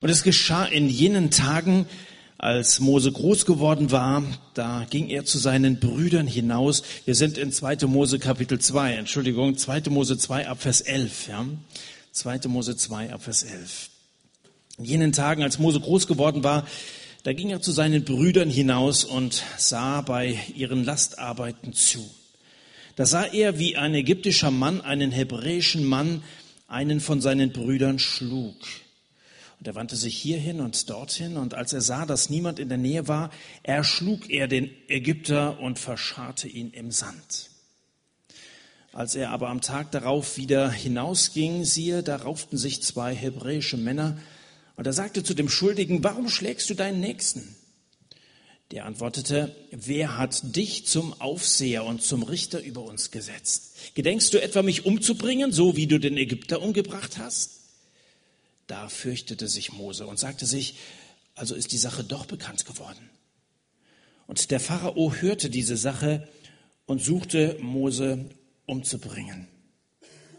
Und es geschah in jenen Tagen, als Mose groß geworden war, da ging er zu seinen Brüdern hinaus. Wir sind in 2. Mose Kapitel 2, Entschuldigung, 2. Mose 2 ab Vers 11, ja. 2. Mose 2 ab Vers 11. In jenen Tagen, als Mose groß geworden war, da ging er zu seinen Brüdern hinaus und sah bei ihren Lastarbeiten zu. Da sah er, wie ein ägyptischer Mann einen hebräischen Mann, einen von seinen Brüdern schlug. Und er wandte sich hierhin und dorthin, und als er sah, dass niemand in der Nähe war, erschlug er den Ägypter und verscharrte ihn im Sand. Als er aber am Tag darauf wieder hinausging, siehe, da rauften sich zwei hebräische Männer, und er sagte zu dem Schuldigen, warum schlägst du deinen Nächsten? Der antwortete, wer hat dich zum Aufseher und zum Richter über uns gesetzt? Gedenkst du etwa, mich umzubringen, so wie du den Ägypter umgebracht hast? Da fürchtete sich Mose und sagte sich, also ist die Sache doch bekannt geworden. Und der Pharao hörte diese Sache und suchte Mose umzubringen.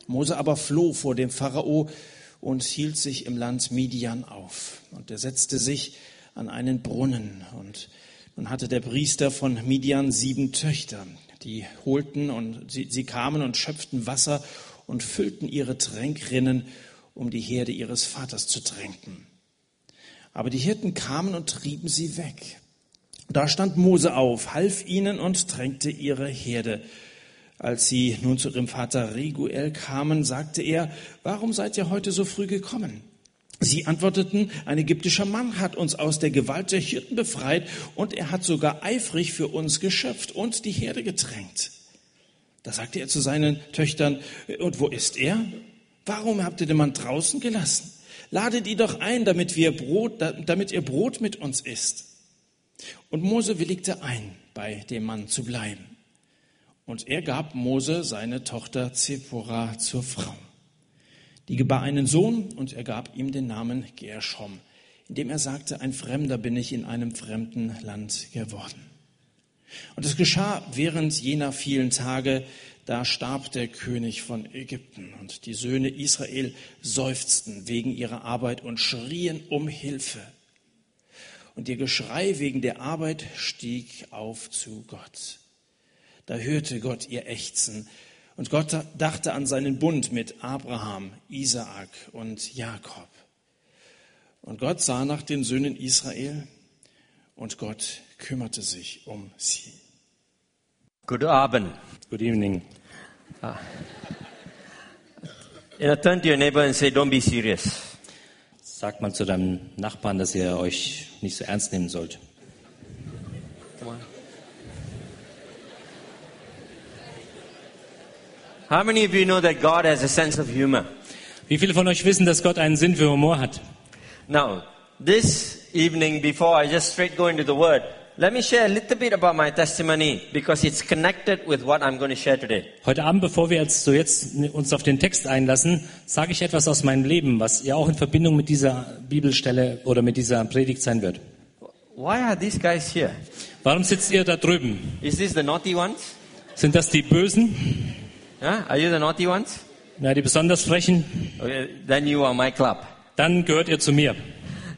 Mose aber floh vor dem Pharao und hielt sich im Land Midian auf. Und er setzte sich an einen Brunnen. Und nun hatte der Priester von Midian sieben Töchter. Die holten und sie, sie kamen und schöpften Wasser und füllten ihre Tränkrinnen um die Herde ihres Vaters zu tränken. Aber die Hirten kamen und trieben sie weg. Da stand Mose auf, half ihnen und tränkte ihre Herde. Als sie nun zu ihrem Vater Reguel kamen, sagte er, warum seid ihr heute so früh gekommen? Sie antworteten, ein ägyptischer Mann hat uns aus der Gewalt der Hirten befreit und er hat sogar eifrig für uns geschöpft und die Herde getränkt. Da sagte er zu seinen Töchtern, und wo ist er? Warum habt ihr den Mann draußen gelassen? Ladet ihn doch ein, damit, wir Brot, damit ihr Brot mit uns isst. Und Mose willigte ein, bei dem Mann zu bleiben. Und er gab Mose seine Tochter Zephora zur Frau. Die gebar einen Sohn und er gab ihm den Namen Gershom, indem er sagte, ein Fremder bin ich in einem fremden Land geworden. Und es geschah während jener vielen Tage, da starb der König von Ägypten und die Söhne Israel seufzten wegen ihrer Arbeit und schrien um Hilfe. Und ihr Geschrei wegen der Arbeit stieg auf zu Gott. Da hörte Gott ihr Ächzen und Gott dachte an seinen Bund mit Abraham, Isaak und Jakob. Und Gott sah nach den Söhnen Israel und Gott kümmerte sich um sie. Good Abend. Good evening. Yeah, turn to your neighbor and say, Don't be serious. Sagt man zu deinem Nachbarn, dass ihr euch nicht so ernst nehmen sollt. How many of you know that God has a sense of humor? Wie viele von euch wissen, dass Gott einen Sinn für Humor hat? Now, this evening, before I just straight go into the word, let me share a little bit about my testimony because it's connected with what I'm going to share today. Heute Abend, bevor wir jetzt, so jetzt uns auf den Text einlassen, sage ich etwas aus meinem Leben, was ja auch in Verbindung mit dieser Bibelstelle oder mit dieser Predigt sein wird. Why are these guys here? Warum sitzt ihr da drüben? Is this the naughty ones? Sind das die Bösen? Huh? Are you the naughty ones? Na, die besonders Frechen? Okay, then you are my club. Dann gehört ihr zu mir.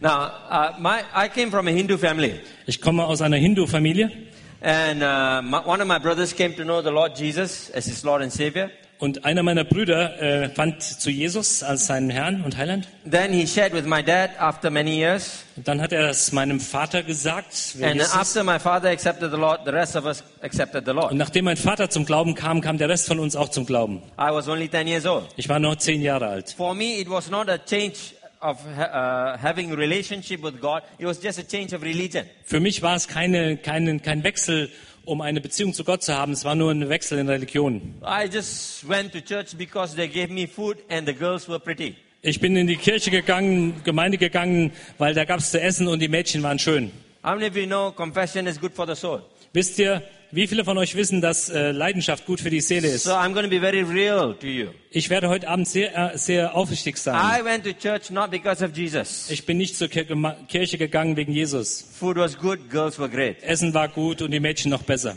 Now, uh, my, I came from a Hindu family, Ich komme aus einer Hindu-Familie and uh, my, one of my brothers came to know the Lord Jesus as his Lord and Savior. und einer meiner Brüder äh, fand zu Jesus als seinen Herrn und Heiland. Then he shared with my dad after many years, Und dann hat er es meinem Vater gesagt. wer and Jesus ist. after my father accepted the Lord, the rest of us accepted the Und Lord. nachdem mein Vater zum Glauben kam, kam der Rest von uns auch zum Glauben. I was only 10 years old. Ich war noch zehn Jahre alt. For me, it was not a change of ha- uh, having relationship with God. It was just a change of religion. Für mich war es keine, keinen- kein Wechsel, um eine Beziehung zu Gott zu haben. Es war nur ein Wechsel in Religion. I just went to church because they gave me food and the girls were pretty. Ich bin in die Kirche gegangen, Gemeinde gegangen, weil da gab es zu essen und die Mädchen waren schön. How many of you know confession is good for the soul? Wisst ihr, wie viele von euch wissen, dass äh, Leidenschaft gut für die Seele ist? So I'm going to be very real to you. Ich werde heute Abend sehr, äh, sehr aufrichtig sein. I went to church not because of Jesus. Ich bin nicht zur Kir- Gema- Kirche gegangen wegen Jesus. Food was good, girls were great. Essen war gut und die Mädchen noch besser.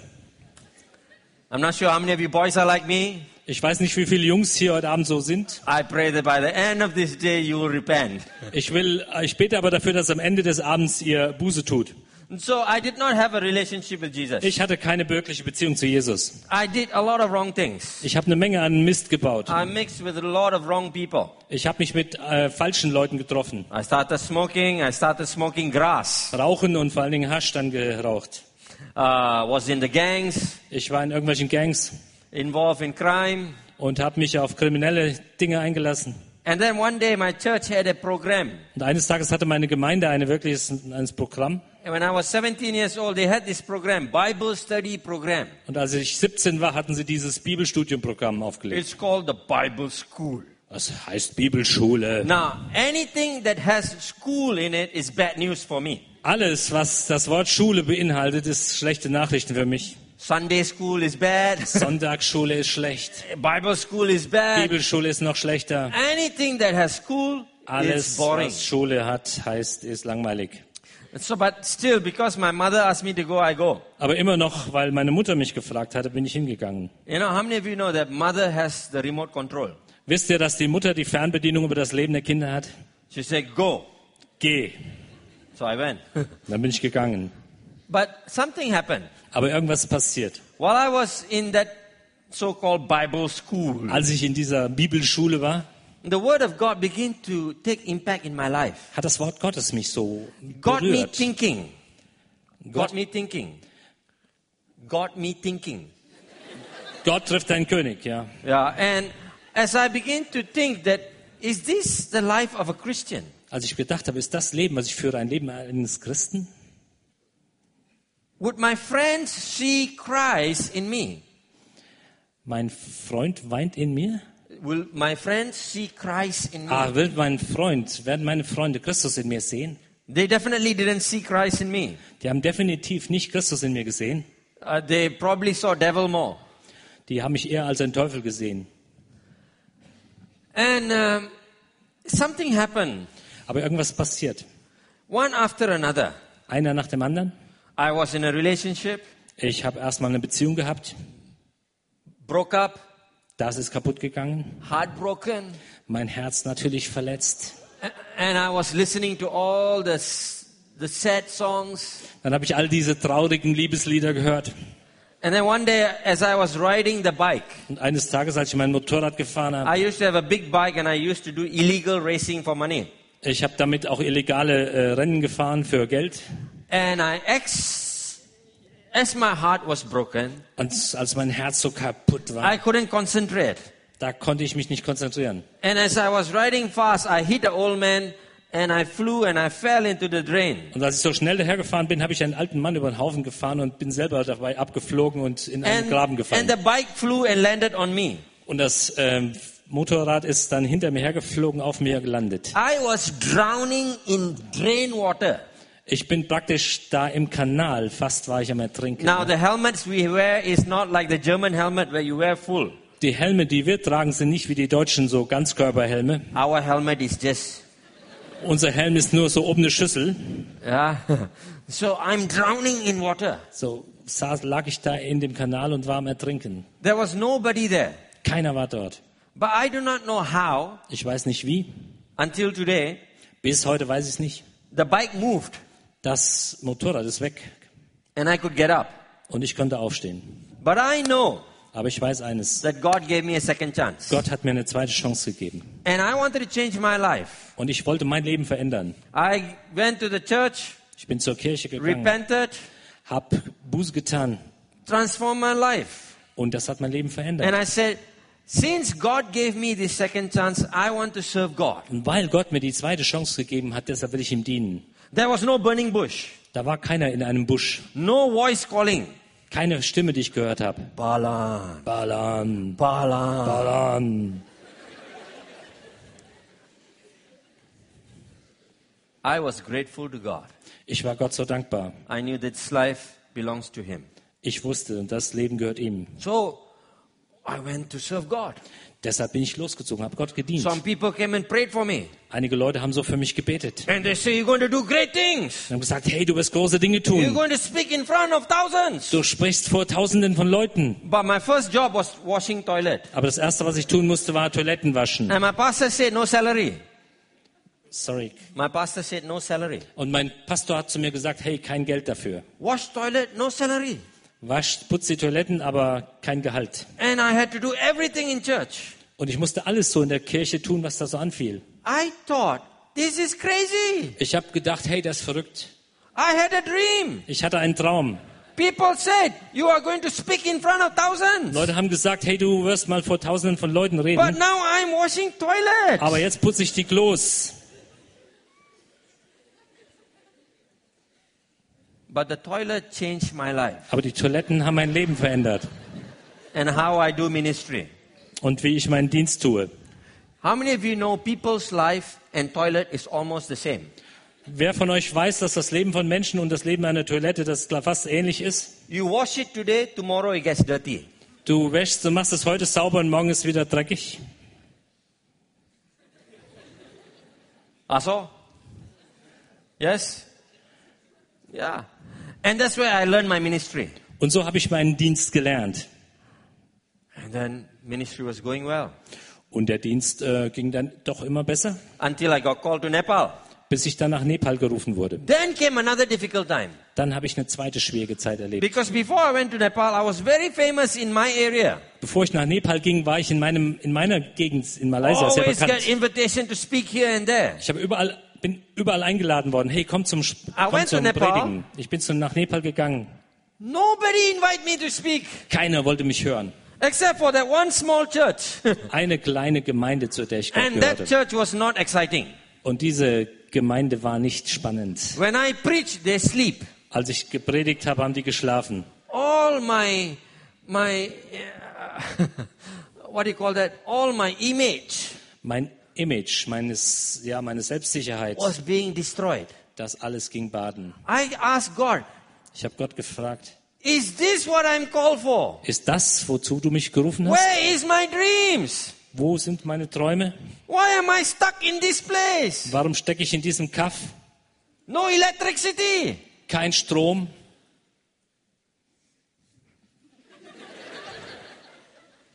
I'm not sure how many of you boys are like me. Ich weiß nicht, wie viele Jungs hier heute Abend so sind. I pray that by the end of this day you will repent. Ich will, äh, ich bete aber dafür, dass am Ende des Abends ihr Buße tut. And so I did not have a relationship with Jesus. Ich hatte keine wirkliche Beziehung zu Jesus. I did a lot of wrong things. Ich habe eine Menge an Mist gebaut. I mixed with a lot of wrong people. Ich habe mich mit äh, falschen Leuten getroffen. I started smoking. I started smoking grass. Rauchen und vor allen Dingen Hasch dann geraucht. Uh, was in the gangs, Ich war in irgendwelchen Gangs involved in crime. und habe mich auf kriminelle Dinge eingelassen. And then one day my church had a program. Und eines Tages hatte meine Gemeinde ein wirkliches ein Programm. And when I was 17 years old, they had this program, Bible study program. Und als ich 17 war, hatten sie dieses Bibelstudienprogramm aufgelegt. It's called the Bible School. Das heißt Bibelschule. Now, anything that has school in it is bad news for me. Alles, was das Wort Schule beinhaltet, ist schlechte Nachrichten für mich. Sunday school is bad. Sonntagsschule ist schlecht. Bible school is bad. Bibelschule ist noch schlechter. Anything that has school is Alles, boring. was Schule hat, heißt, ist langweilig. So, but still, because my mother asked me to go, I go. Aber immer noch, weil meine Mutter mich gefragt hatte, bin ich hingegangen. You know, how many of you know that mother has the remote control? Wisst ihr, dass die Mutter die Fernbedienung über das Leben der Kinder hat? She said, go. Geh. So I went. Dann bin ich gegangen. but something happened. Aber irgendwas ist passiert. While I was in that so-called Bible school, Als ich in dieser Bibelschule war, the word of God began to take impact in my life. hat das Wort Gottes mich so Got me berührt. thinking. Got Gott, me thinking. Got me thinking. Gott trifft einen König, ja. Yeah, and as I began to think that is this the life of a Christian? Als ich gedacht habe, ist das Leben, was ich führe, ein Leben eines Christen? Would my friends see Christ in me? Mein Freund weint in mir? Will my friends see Christ in me? Ah, wird mein Freund, werden meine Freunde Christus in mir sehen? they definitely didn't see Christ in me. Die haben definitiv nicht Christus in mir gesehen. Uh, they probably saw devil more. Die haben mich eher als einen Teufel gesehen. And um, something happened, Aber irgendwas passiert. one after another. Einer nach dem anderen. I was in a relationship, Ich habe erstmal eine Beziehung gehabt. broke up, Das ist kaputt gegangen. heartbroken, Mein Herz natürlich verletzt. a- and I was listening to all the s- the sad songs. Dann habe ich all diese traurigen Liebeslieder gehört. And then one day, as I was riding the bike, Und eines Tages, als ich mein Motorrad gefahren habe, I used to have a big bike, and I used to do illegal racing for money. ich habe damit auch illegale äh, Rennen gefahren für Geld. And I ex, as my heart was broken, Und als mein Herz so kaputt war, I couldn't concentrate. da konnte ich mich nicht konzentrieren. And as I was riding fast, I hit an old man, and I flew and I fell into the drain. Und als ich so schnell dahergefahren bin, habe ich einen alten Mann über den Haufen gefahren und bin selber dabei abgeflogen und in einen And, Graben and gefallen. the bike flew and landed on me. Und das ähm, Motorrad ist dann hinter mir hergeflogen, auf mir gelandet. I was drowning in drain water. Ich bin praktisch da im Kanal, fast war ich am Ertrinken. Now the helmets we wear is not like the German helmet where you wear full. Die Helme, die wir tragen, sind nicht wie die Deutschen so Ganzkörperhelme. Our helmet is just Unser Helm ist nur so oben eine Schüssel. yeah. so I'm drowning in water. So saß, lag ich da in dem Kanal und war am Ertrinken. There was nobody there. Keiner war dort. But I do not know how Ich weiß nicht wie. until today Bis heute weiß ich es nicht. the bike moved Das Motorrad ist weg and I could get up. und ich konnte aufstehen. But I know Aber ich weiß eines. that God gave me a second chance. Gott hat mir eine zweite Chance gegeben. And I wanted to change my life. Und ich wollte mein Leben verändern. I went to the church, Ich bin zur Kirche gegangen, repented, hab Buße getan transformed my life. und das hat mein Leben verändert. And I said, since God gave me this second chance, I want to serve God. Und weil Gott mir die zweite Chance gegeben hat, deshalb will ich ihm dienen. There was no burning bush, Da war keiner in einem Busch, no voice calling. keine Stimme, die ich gehört habe. Balan, Balan, Balan. Balan. I was grateful to God. Ich war Gott so dankbar. I knew this life belongs to Him. Ich wusste, das Leben gehört ihm. So I went to serve God. Deshalb bin ich losgezogen, habe Gott gedient. Some people came and prayed for me. Einige Leute haben so für mich gebetet. And they say, You're going to do great things. Und haben gesagt, hey, du wirst große Dinge You're tun. going to speak in front of thousands. Du sprichst vor Tausenden von Leuten. But my first job was washing toilet. Aber das Erste, was ich tun musste, war Toiletten waschen. And my pastor said, No salary. Sorry. My pastor said, No salary. Und mein Pastor hat zu mir gesagt, hey, kein Geld dafür. Wash toilet, no salary. Wasch, putz die Toiletten, aber kein Gehalt. And I had to do everything in church. Und ich musste alles so in der Kirche tun, was da so anfiel. I thought, This is crazy. Ich habe gedacht, hey, das ist verrückt. I had a dream. Ich hatte einen Traum. People said, You are going to speak in front of thousands. Leute haben gesagt, hey, du wirst mal vor Tausenden von Leuten But reden. now I'm washing toilets. Aber jetzt putze ich die Klos. But the toilet changed my life Aber die Toiletten haben mein Leben verändert. and how I do ministry. Und wie ich meinen Dienst tue. How many of you know people's life and toilet is almost the same? Wer von euch weiß, dass das Leben von Menschen und das Leben einer Toilette, das fast ähnlich ist? You wash it today, tomorrow it gets dirty. Du wäschst, du machst es heute sauber und morgen ist wieder dreckig. Also? Yes? Yeah. And that's where I learned my ministry. Und so habe ich meinen Dienst gelernt. And then ministry was going well Und der Dienst äh, ging dann doch immer besser, until I got called to Nepal. bis ich dann nach Nepal gerufen wurde. Then came another difficult time Dann habe ich eine zweite schwierige Zeit erlebt. because before I went to Nepal, I was very famous in my area. Bevor ich nach Nepal ging, war ich in, meinem, in meiner Gegend in Malaysia sehr Always get bekannt. invitation to speak here and there. Ich habe überall, bin überall eingeladen worden. Hey, komm zum, Sp- komm Ah, went to zum Nepal. Predigen. Ich bin zu, nach Nepal gegangen. Nobody invite me to speak Keiner wollte mich hören. except for that one small church. Eine kleine Gemeinde, zu der ich Gott and that gehörte. church was not exciting. Und diese Gemeinde war nicht spannend. When I preach, they sleep. Als ich gepredigt habe, haben die geschlafen. All my my uh, what do you call that? All my image mein Image, meines, ja, meine Selbstsicherheit, was being destroyed. das alles ging baden. I asked God, Ich habe Gott gefragt, is this what I'm called for? ist das, wozu du mich gerufen hast? Where is my dreams? Wo sind meine Träume? Why am I stuck in this place? Warum stecke ich in diesem Kaff? No electricity. Kein Strom.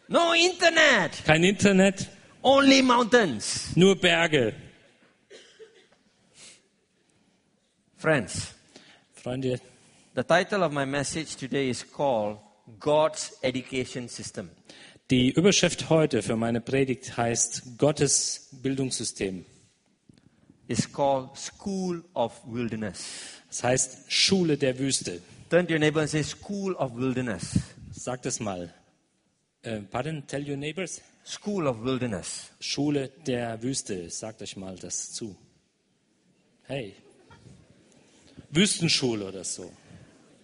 No internet, Kein Internet, only mountains. nur Berge. Friends, Freunde, The title of my message today is called God's Education System. die Überschrift heute für meine Predigt heißt Gottes Bildungssystem. It's called School of Wilderness. Das heißt Schule der Wüste. Turn to your neighbor and say, School of Wilderness. Sag das mal. Äh, pardon, tell your neighbors. School of Wilderness. Schule der Wüste. Sagt euch mal das zu. Hey. Wüstenschule oder so.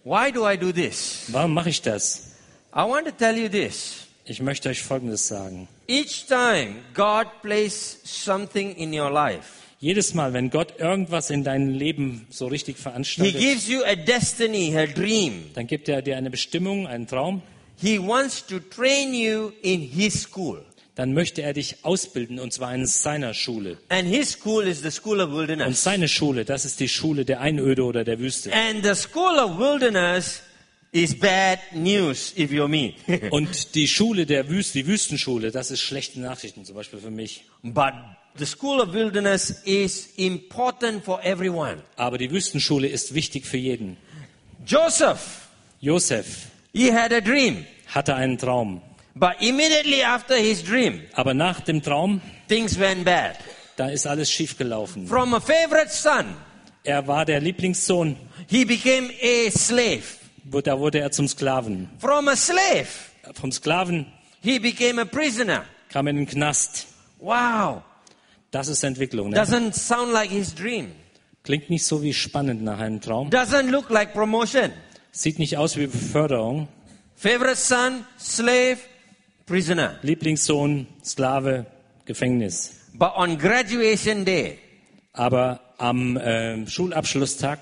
Why do I do this? Warum mache ich das? I want to tell you this. Ich möchte euch Folgendes sagen. Each time God places something in your life, Jedes Mal, wenn Gott irgendwas in deinem Leben so richtig He veranstaltet, gives you a destiny, a dream. dann gibt er dir eine Bestimmung, einen Traum, He wants to train you in His school. dann möchte er dich ausbilden und zwar in seiner Schule. And His school is the school of Und wilderness. seine Schule, das ist die Schule der Einöde oder der Wüste. And the school of wilderness is bad news if you're me. Und die Schule der Wüste, die Wüstenschule, das ist schlechte Nachrichten, zum Beispiel für mich. but the school of wilderness is important for everyone. Aber die Wüstenschule ist wichtig für jeden. Joseph, Josef he had a dream. hatte einen Traum, But immediately after his dream, aber nach dem Traum, things went bad. da ist alles schiefgelaufen. From a favorite son, Er war der Lieblingssohn, he became a slave. wo- da wurde er zum Sklaven. From a slave, Vom Sklaven he became a prisoner. kam er in den Knast. Wow. Das ist Entwicklung. Ne? Doesn't sound like his dream. Klingt nicht so wie spannend nach einem Traum. Doesn't look like promotion. Sieht nicht aus wie Beförderung. Favorite son, slave, prisoner. Lieblingssohn, Sklave, Gefängnis. But on graduation day, Aber am ähm, Schulabschlusstag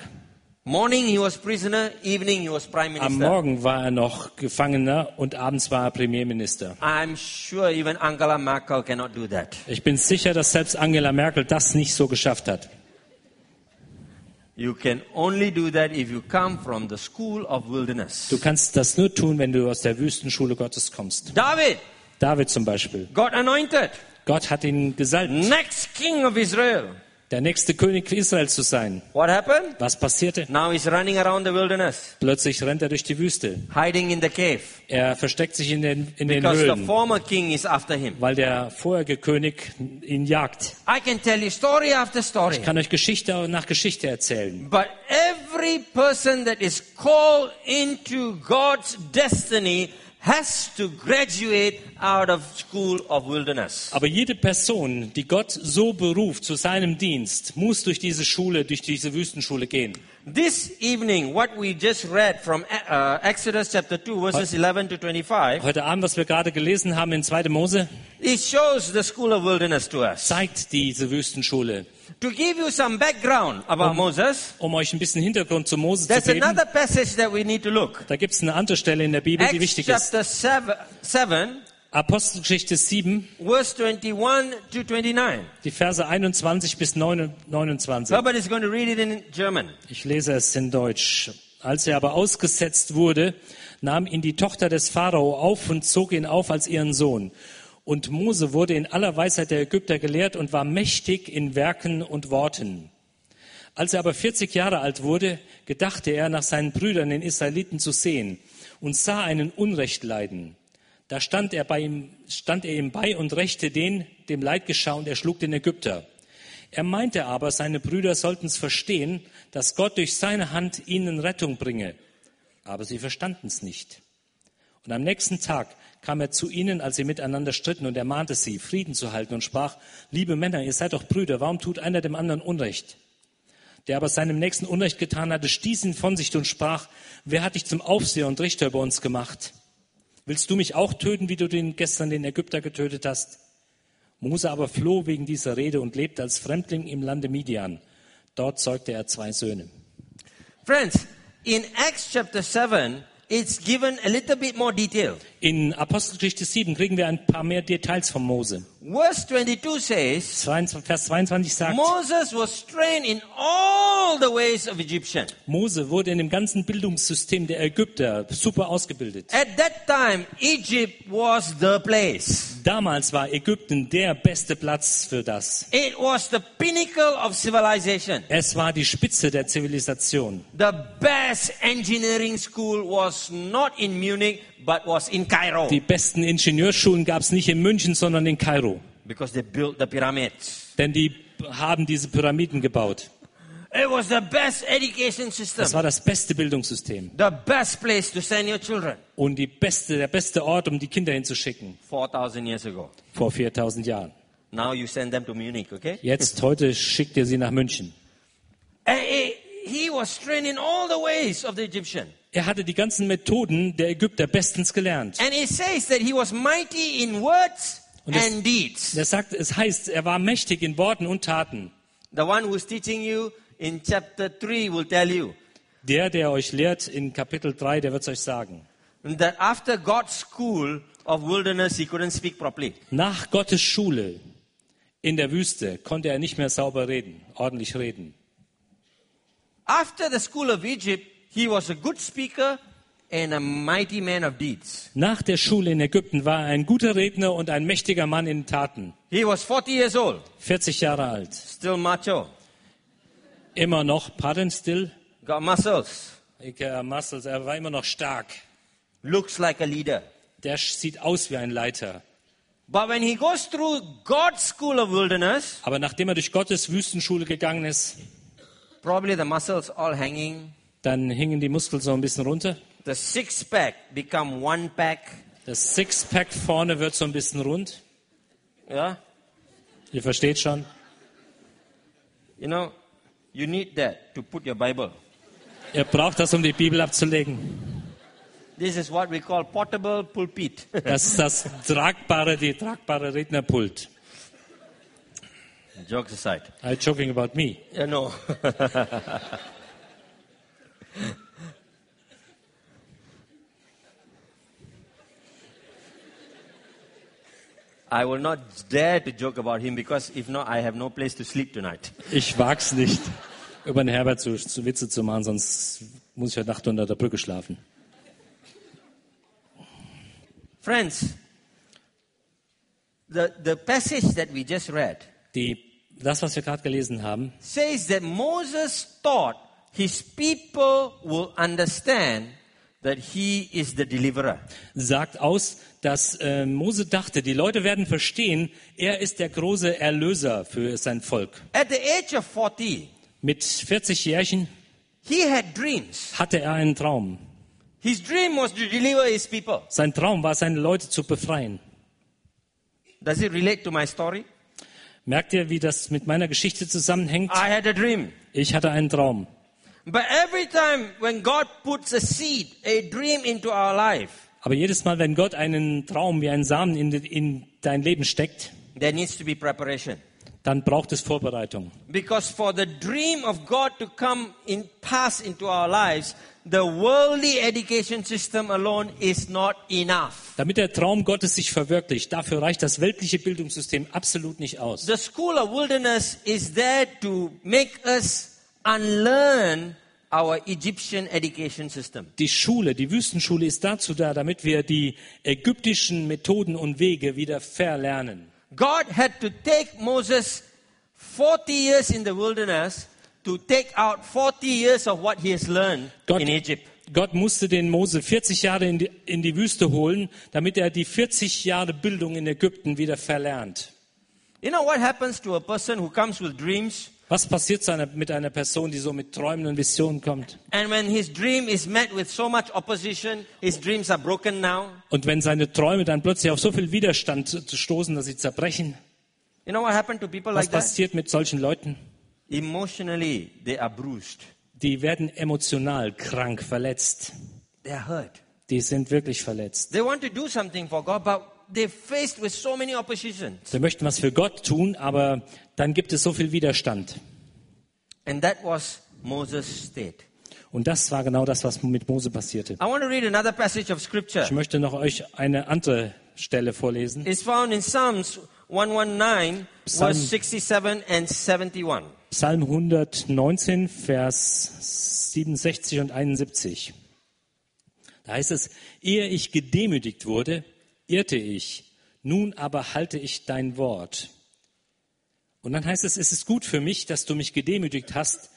Morning he was prisoner, evening he was prime Am minister. Morgen war er noch Gefangener und abends war er Premierminister. I'm sure even Angela Merkel cannot do that. Ich bin sicher, dass selbst Angela Merkel das nicht so geschafft hat. You can only do that if you come from the school of wilderness. Du kannst das nur tun, wenn du aus der Wüstenschule Gottes kommst. David David zum Beispiel. got anointed, Gott hat ihn gesalbt, next king of Israel. der nächste König Israels zu sein. What happened? Was passierte? Now he's running around the wilderness, Plötzlich rennt er durch die Wüste. hiding in the cave, Er versteckt sich in den, in den because the Höhlen, former king is after him. weil der vorherige König ihn jagt. I can tell you story after story. Ich kann euch Geschichte nach Geschichte erzählen. But every person that is called into God's destiny has to graduate out of school of wilderness. Aber jede Person, die Gott so beruft zu seinem Dienst, muss durch diese Schule, durch diese Wüstenschule gehen. This evening, what we just read from uh, Exodus chapter 2, verses 11 to 25, Heute Abend, was wir gerade gelesen haben in 2. Mose, it shows the school of wilderness to us. zeigt diese Wüstenschule. To give you some background about Moses, Um euch ein bisschen Hintergrund zu Mose zu there's geben, another passage that we need to look. da gibt es eine andere Stelle in der Bibel, die Acts wichtig ist. chapter 7, 7, Apostelgeschichte 7, verse 21 to 29. die Verse 21 bis 29. Herbert is going to read it in German. Ich lese es in Deutsch. Als er aber ausgesetzt wurde, nahm ihn die Tochter des Pharao auf und zog ihn auf als ihren Sohn. Und Mose wurde in aller Weisheit der Ägypter gelehrt und war mächtig in Werken und Worten. Als er aber 40 Jahre alt wurde, gedachte er, nach seinen Brüdern, den Israeliten, zu sehen und sah einen Unrecht leiden. Da stand er, bei ihm, stand er ihm bei und rächte den, dem Leid geschah, und er schlug den Ägypter. Er meinte aber, seine Brüder sollten es verstehen, dass Gott durch seine Hand ihnen Rettung bringe. Aber sie verstanden es nicht. Und am nächsten Tag kam er zu ihnen, als sie miteinander stritten, und ermahnte sie, Frieden zu halten, und sprach, liebe Männer, ihr seid doch Brüder, warum tut einer dem anderen Unrecht? Der aber seinem Nächsten Unrecht getan hatte, stieß ihn von sich und sprach, wer hat dich zum Aufseher und Richter über uns gemacht? Willst du mich auch töten, wie du den gestern den Ägypter getötet hast? Mose aber floh wegen dieser Rede und lebte als Fremdling im Lande Midian. Dort zeugte er zwei Söhne. Friends, in Acts chapter 7, it's given a little bit more detail. In Apostelgeschichte 7 kriegen wir ein paar mehr Details von Mose. Verse 22 says, 22, Vers 22 sagt, Moses was trained in all the ways of Egyptian. Mose wurde in dem ganzen Bildungssystem der Ägypter super ausgebildet. At that time, Egypt was the place. Damals war Ägypten der beste Platz für das. It was the pinnacle of civilization. Es war die Spitze der Zivilisation. The best engineering school was not in Munich, but was in Cairo. Die besten Ingenieurschulen gab es nicht in München, sondern in Kairo. Because they built the pyramids. Denn die haben diese Pyramiden gebaut. It was the best education Das system. war das beste Bildungssystem. The best place to send your children. und die beste, der beste Ort, um die Kinder hinzuschicken, 4,000 years ago. vor 4000 Jahren. Now you send them to Munich, okay? Jetzt, heute schickt ihr sie nach München. Eh, eh, He was trained in all the ways of the Egyptian. Er hatte die ganzen Methoden der Ägypter bestens gelernt. And it says that he was mighty in words Und es- and deeds. Er sagt, es heißt, er war mächtig in Worten und Taten. The one who's teaching you in chapter 3 will tell you Der, der euch lehrt in Kapitel 3, der wird es euch sagen. that after God's school of wilderness, he couldn't speak properly. Nach Gottes Schule in der Wüste konnte er nicht mehr sauber reden, ordentlich reden. After the school of Egypt, he was a good speaker and a mighty man of deeds. Nach der Schule in Ägypten war er ein guter Redner und ein mächtiger Mann in Taten. He was 40 years old, 40 Jahre alt. still macho, Immer noch, pardon still, got muscles, Ike Muscles, er war immer noch stark. looks like a leader. Der sieht aus wie ein Leiter. But when he goes through God's school of wilderness, Aber nachdem er durch Gottes Wüstenschule gegangen ist, probably the muscles all hanging, dann hingen die Muskeln so ein bisschen runter. the six pack become one pack. Das Sixpack vorne wird so ein bisschen rund. Yeah, Ihr versteht schon. you know, you need that to put your Bible. Ihr braucht das, um die Bibel abzulegen. This is what we call portable pulpit. Das ist das tragbare, die tragbare Rednerpult. Jokes aside, Are you joking about me? you know. I will not dare to joke about him because if not, I have no place to sleep tonight. Ich wag's nicht, über den Herbert zu, zu Witze zu machen, sonst muss ich heute Nacht unter der Brücke schlafen. Friends, the, the passage that we just read Die, das, was wir gerade gelesen haben, says that Moses thought his people will understand that he is the deliverer. sagt aus, dass äh, Mose dachte, die Leute werden verstehen, er ist der große Erlöser für sein Volk. At the age of 40, Mit 40 Jährchen he had dreams. hatte er einen Traum. His dream was to deliver his people. Sein Traum war, seine Leute zu befreien. Does it relate to my story? Merkt ihr, wie das mit meiner Geschichte zusammenhängt? I had a dream. Ich hatte einen Traum. But every time when God puts a seed, a dream into our life, Aber jedes Mal, wenn Gott einen Traum wie einen Samen in, in dein Leben steckt, there needs to be preparation. dann braucht es Vorbereitung. Because for the dream of God to come in pass into our lives, the worldly education system alone is not enough. Damit der Traum Gottes sich verwirklicht, dafür reicht das weltliche Bildungssystem absolut nicht aus. The school of wilderness is there to make us unlearn our Egyptian education system. Die Schule, die Wüstenschule ist dazu da, damit wir die ägyptischen Methoden und Wege wieder verlernen. God had to take Moses 40 years in the wilderness to take out 40 years of what he has learned Gott, in Egypt. Gott musste den Mose 40 Jahre in die, in die Wüste holen, damit er die 40 Jahre Bildung in Ägypten wieder verlernt. You know what happens to a person who comes with dreams Was passiert zu einer, mit einer Person, die so mit Träumen und Visionen kommt? and when his dream is met with so much opposition, his dreams are broken now? Und wenn seine Träume dann plötzlich auf so viel Widerstand zu- zu stoßen, dass sie zerbrechen, You know what happened to people was like that? passiert mit solchen Leuten? Emotionally, they are bruised. Die werden emotional krank, verletzt. They are hurt. Die sind wirklich verletzt. They want to do something for God, but they're faced with so many opposition. Sie möchten was für Gott tun, aber dann gibt es so viel Widerstand. And that was Moses' state. Und das war genau das, was mit Mose passierte. I want to read another passage of scripture. Ich möchte noch euch eine andere Stelle vorlesen. is found in Psalms 119, Psalm- verse 67 and 71. Psalm 119, Vers 67 und 71. Da heißt es, ehe ich gedemütigt wurde, irrte ich, nun aber halte ich dein Wort. Und dann heißt es, es ist gut für mich, dass du mich gedemütigt hast,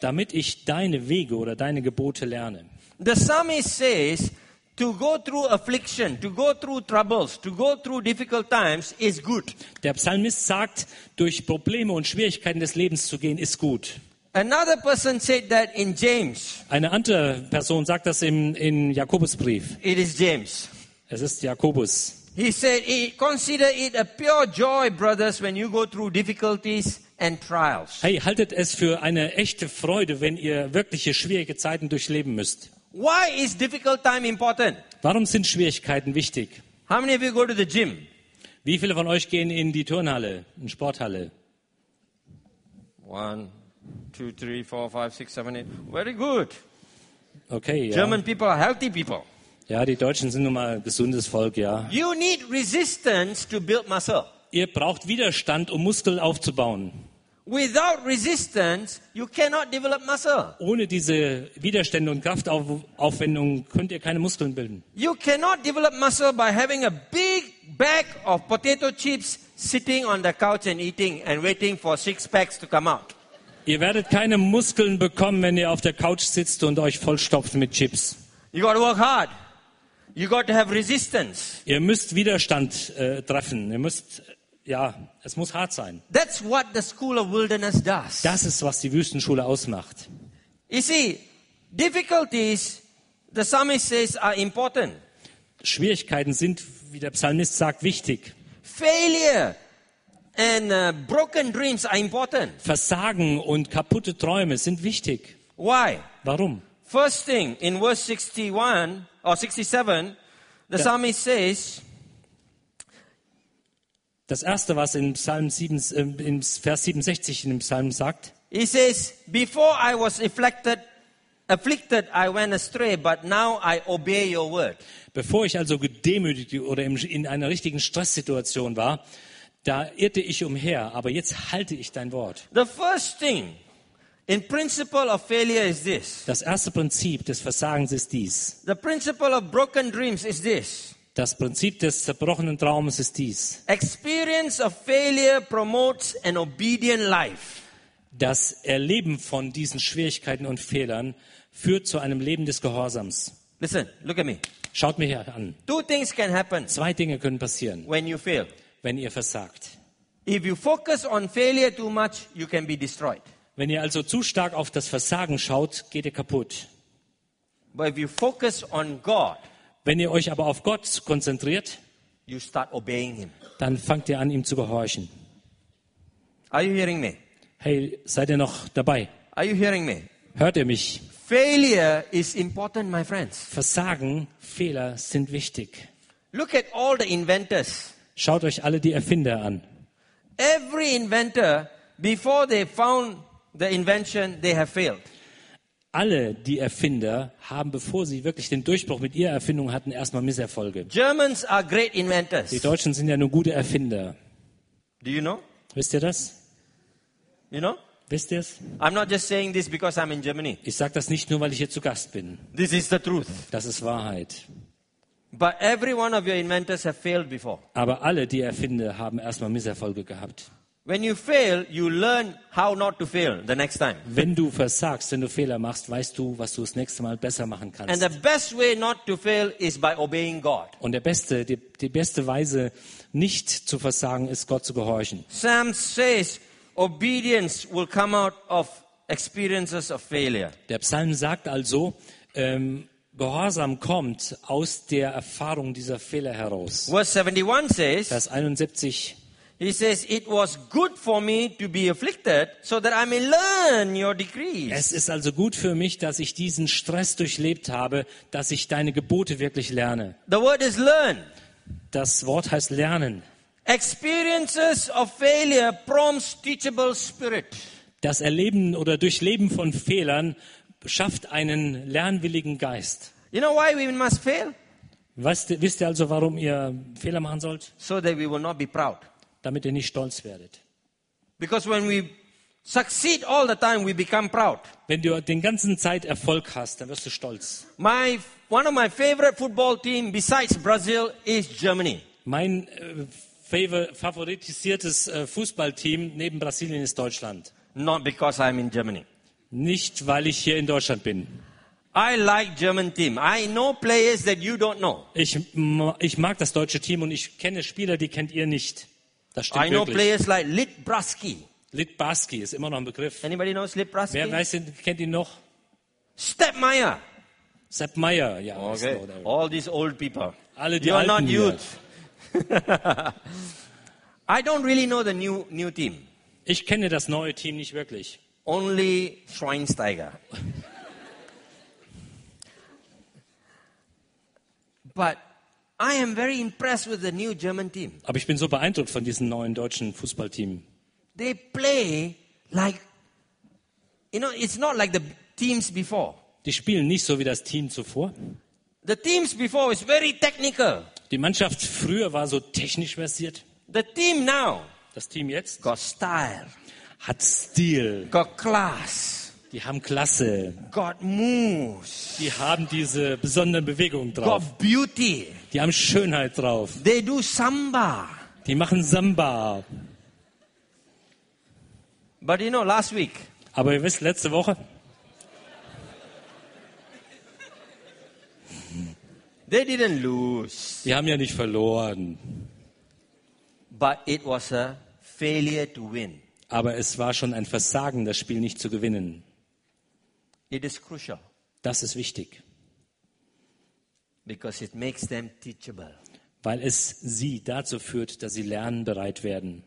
damit ich deine Wege oder deine Gebote lerne. The psalmist says, to go through affliction, to go through troubles, to go through difficult times is good. Der Psalmist sagt, durch Probleme und Schwierigkeiten des Lebens zu gehen, ist gut. Another person said that in James. Eine andere Person sagt das im, im Jakobusbrief. It is James. Es ist Jakobus. He said, "I- consider it a pure joy, brothers, when you go through difficulties and trials. Hey, haltet es für eine echte Freude, wenn ihr wirkliche schwierige Zeiten durchleben müsst. Why is difficult time important? Warum sind Schwierigkeiten wichtig? How many of you go to the gym? Wie viele von euch gehen in die Turnhalle, in die Sporthalle? One, two, three, four, five, six, seven, eight. Very good. Okay, ja. German people are healthy people. ja, die Deutschen sind nun mal ein gesundes Volk, ja. You need resistance to build muscle. Ihr braucht Widerstand, um Muskeln aufzubauen. Without resistance, you cannot develop muscle. Ohne diese Widerstände und Kraftaufwendungen könnt ihr keine Muskeln bilden. You cannot develop muscle by having a big bag of potato chips sitting on the couch and eating and waiting for six packs to come out. Ihr werdet keine Muskeln bekommen, wenn ihr auf der Couch sitzt und euch vollstopft mit Chips. You got to work hard. You got to have resistance. Ihr müsst Widerstand äh, treffen. Ihr müsst, äh, ja, es muss hart sein. That's what the school of wilderness does. Das ist, was die Wüstenschule ausmacht. you see, difficulties, the psalmist says, are important. Schwierigkeiten sind, wie der Psalmist sagt, wichtig. Failure and uh, broken dreams are important. Versagen und kaputte Träume sind wichtig. Why? Warum? First thing in verse 61 or 67, the psalmist says, Das erste, was in Psalm 7, äh, in Vers 67 in dem Psalm sagt, he says, Before I was afflicted, afflicted, I went astray, but now I obey your word. Bevor ich also gedemütigt oder im- in einer richtigen Stresssituation war, da irrte ich umher, aber jetzt halte ich dein Wort. The first thing in principle of failure is this. Das erste Prinzip des Versagens ist dies. The principle of broken dreams is this. Das Prinzip des zerbrochenen Traumes ist dies. Experience of failure promotes an obedient life. Das Erleben von diesen Schwierigkeiten und Fehlern führt zu einem Leben des Gehorsams. Listen, look at me. Schaut mich hier an. Two things can happen Zwei Dinge können passieren, when you fail. wenn ihr versagt. If you focus on failure too much, you can be destroyed. Wenn ihr also zu stark auf das Versagen schaut, geht ihr kaputt. But if you focus on God, Wenn ihr euch aber auf Gott konzentriert, you start obeying Him. dann fangt ihr an, ihm zu gehorchen. Are you hearing me? Hey, seid ihr noch dabei? Are you hearing me? Hört ihr mich? Failure is important, my friends. Versagen, Fehler sind wichtig. Look at all the inventors. Schaut euch alle die Erfinder an. Every inventor, before they found the invention, they have failed. Alle die Erfinder haben, bevor sie wirklich den Durchbruch mit ihrer Erfindung hatten, erstmal Misserfolge. Germans are great Die inventors. Deutschen sind ja nur gute Erfinder. Do you know? Wisst ihr das? You know? Wisst ihr es? I'm not just saying this because I'm in Germany. Ich sage das nicht nur, weil ich hier zu Gast bin. This is the truth. Das ist Wahrheit. But every one of your inventors have failed before. Aber alle die Erfinder haben erstmal Misserfolge gehabt. When you fail, you learn how not to fail the next time. Wenn du versagst, wenn du Fehler machst, weißt du, was du das nächste Mal besser machen And kannst. the best way not to fail is by obeying God. Und der beste, die, die beste Weise, nicht zu versagen, ist Gott zu gehorchen. Sam says obedience will come out of experiences of failure. Der Psalm sagt also, ähm, Gehorsam kommt aus der Erfahrung dieser Fehler heraus. Verse 71 says, Vers 71, He says, It was good for me to be afflicted so that I may learn your decrees. es ist also gut für mich, dass ich diesen Stress durchlebt habe, dass ich deine Gebote wirklich lerne. The word is learn. Das Wort heißt lernen. Experiences of failure prompts teachable spirit. Das Erleben oder Durchleben von Fehlern schafft einen lernwilligen Geist. You know why we must fail? Weißt, wisst ihr also, warum ihr Fehler machen sollt? So that we will not be proud. Damit ihr nicht stolz werdet. Because when we succeed all the time, we become proud. Wenn du den ganzen Zeit Erfolg hast, dann wirst du stolz. My one of my favorite football team besides Brazil is Germany. Mein äh, favor favoritisiertes äh, Fußballteam neben Brasilien ist Deutschland. Not because I'm in Germany. Nicht, weil ich hier in Deutschland bin. I like German team. I know players that you don't know. Ich, ma- ich mag das deutsche Team und ich kenne Spieler, die kennt ihr nicht. Das I stimmt know wirklich. players like Litbraski. Litbarski ist immer noch ein Begriff. Anybody knows Litbraski? Wer weiß, ihn- kennt ihn noch? Stepmeyer. Sepp Meyer, ja. ist noch Okay. Oh. der- All these old people. Alle die you are Alten not hier. youth. I don't really know the new new team. Ich kenne das neue Team nicht wirklich. Only Schweinsteiger. but I am very impressed with the new German team. Aber ich bin so beeindruckt von diesem neuen deutschen Fußballteam. They play like you know, it's not like the teams before. Die spielen nicht so wie das Team zuvor. The teams before is very technical. Die Mannschaft früher war so technisch versiert. The team now Das Team jetzt got style, hat Stil. got class, Die haben Klasse. got moves, Die haben diese besondere Bewegung drauf. got beauty. Die haben Schönheit drauf. They do samba. Die machen Samba. But you know, last week, Aber ihr wisst, letzte Woche, they didn't lose. die haben ja nicht verloren. But it was a failure to win. Aber es war schon ein Versagen, das Spiel nicht zu gewinnen. It is crucial Das ist wichtig, because it makes them teachable. weil es sie dazu führt, dass sie lernbereit werden.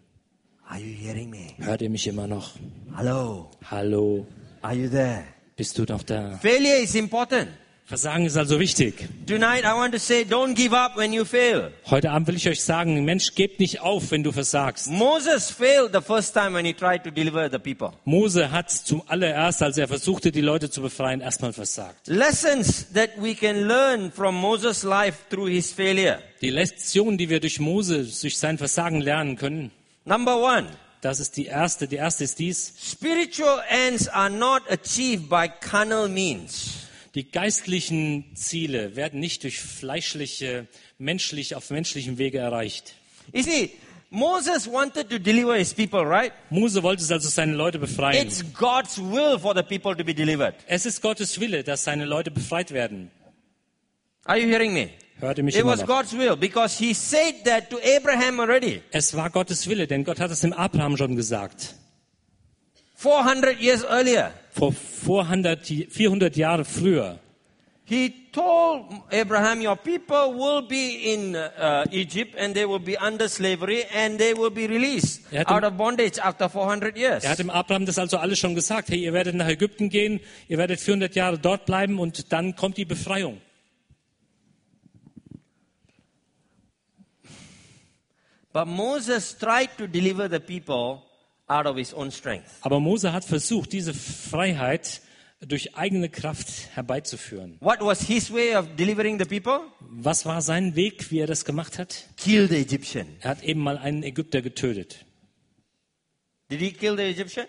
Are you hearing me? Hört ihr mich immer noch? Hello? Hallo, Are you there? bist du noch da? Failure is important. Versagen ist also wichtig. Tonight, I want to say, don't give up when you fail. Heute Abend will ich euch sagen, Mensch, gebt nicht auf, wenn du versagst. Moses failed the first time when he tried to deliver the people. Mose hat zum allererst, als er versuchte, die Leute zu befreien, erstmal versagt. Lessons that we can learn from Moses' life through his failure. Die Lektion, die wir durch Mose, durch sein Versagen lernen können, Number one, das ist die erste. Die erste ist dies. spiritual ends are not achieved by carnal means. Die geistlichen Ziele werden nicht durch fleischliche, menschlich, auf menschlichem Wege erreicht. You see, Moses wanted to deliver his people, right? Mose wollte es also seine Leute befreien. It's God's will for the people to be delivered. es ist Gottes Wille, dass seine Leute befreit werden. Are you hearing me? Hört ihr mich It immer was noch? God's will because he said that to Abraham already. Es war Gottes Wille, denn Gott hat es dem Abraham schon gesagt. 400 years earlier, Vor 400, 400 Jahre früher. he told Abraham, Your people will be in uh, Egypt and they will be under slavery and they will be released Er hat ihm- out of bondage after 400 years. Er hat dem Abraham das also alles schon gesagt. Hey, ihr werdet nach Ägypten gehen, ihr werdet 400 Jahre dort bleiben und dann kommt die Befreiung. But Moses tried to deliver the people out of his own strength. Aber Mose hat versucht, diese Freiheit durch eigene Kraft herbeizuführen. What was his way of delivering the people? Was war sein Weg, wie er das gemacht hat? Kill the Egyptian. Er hat eben mal einen Ägypter getötet. Did he kill the Egyptian?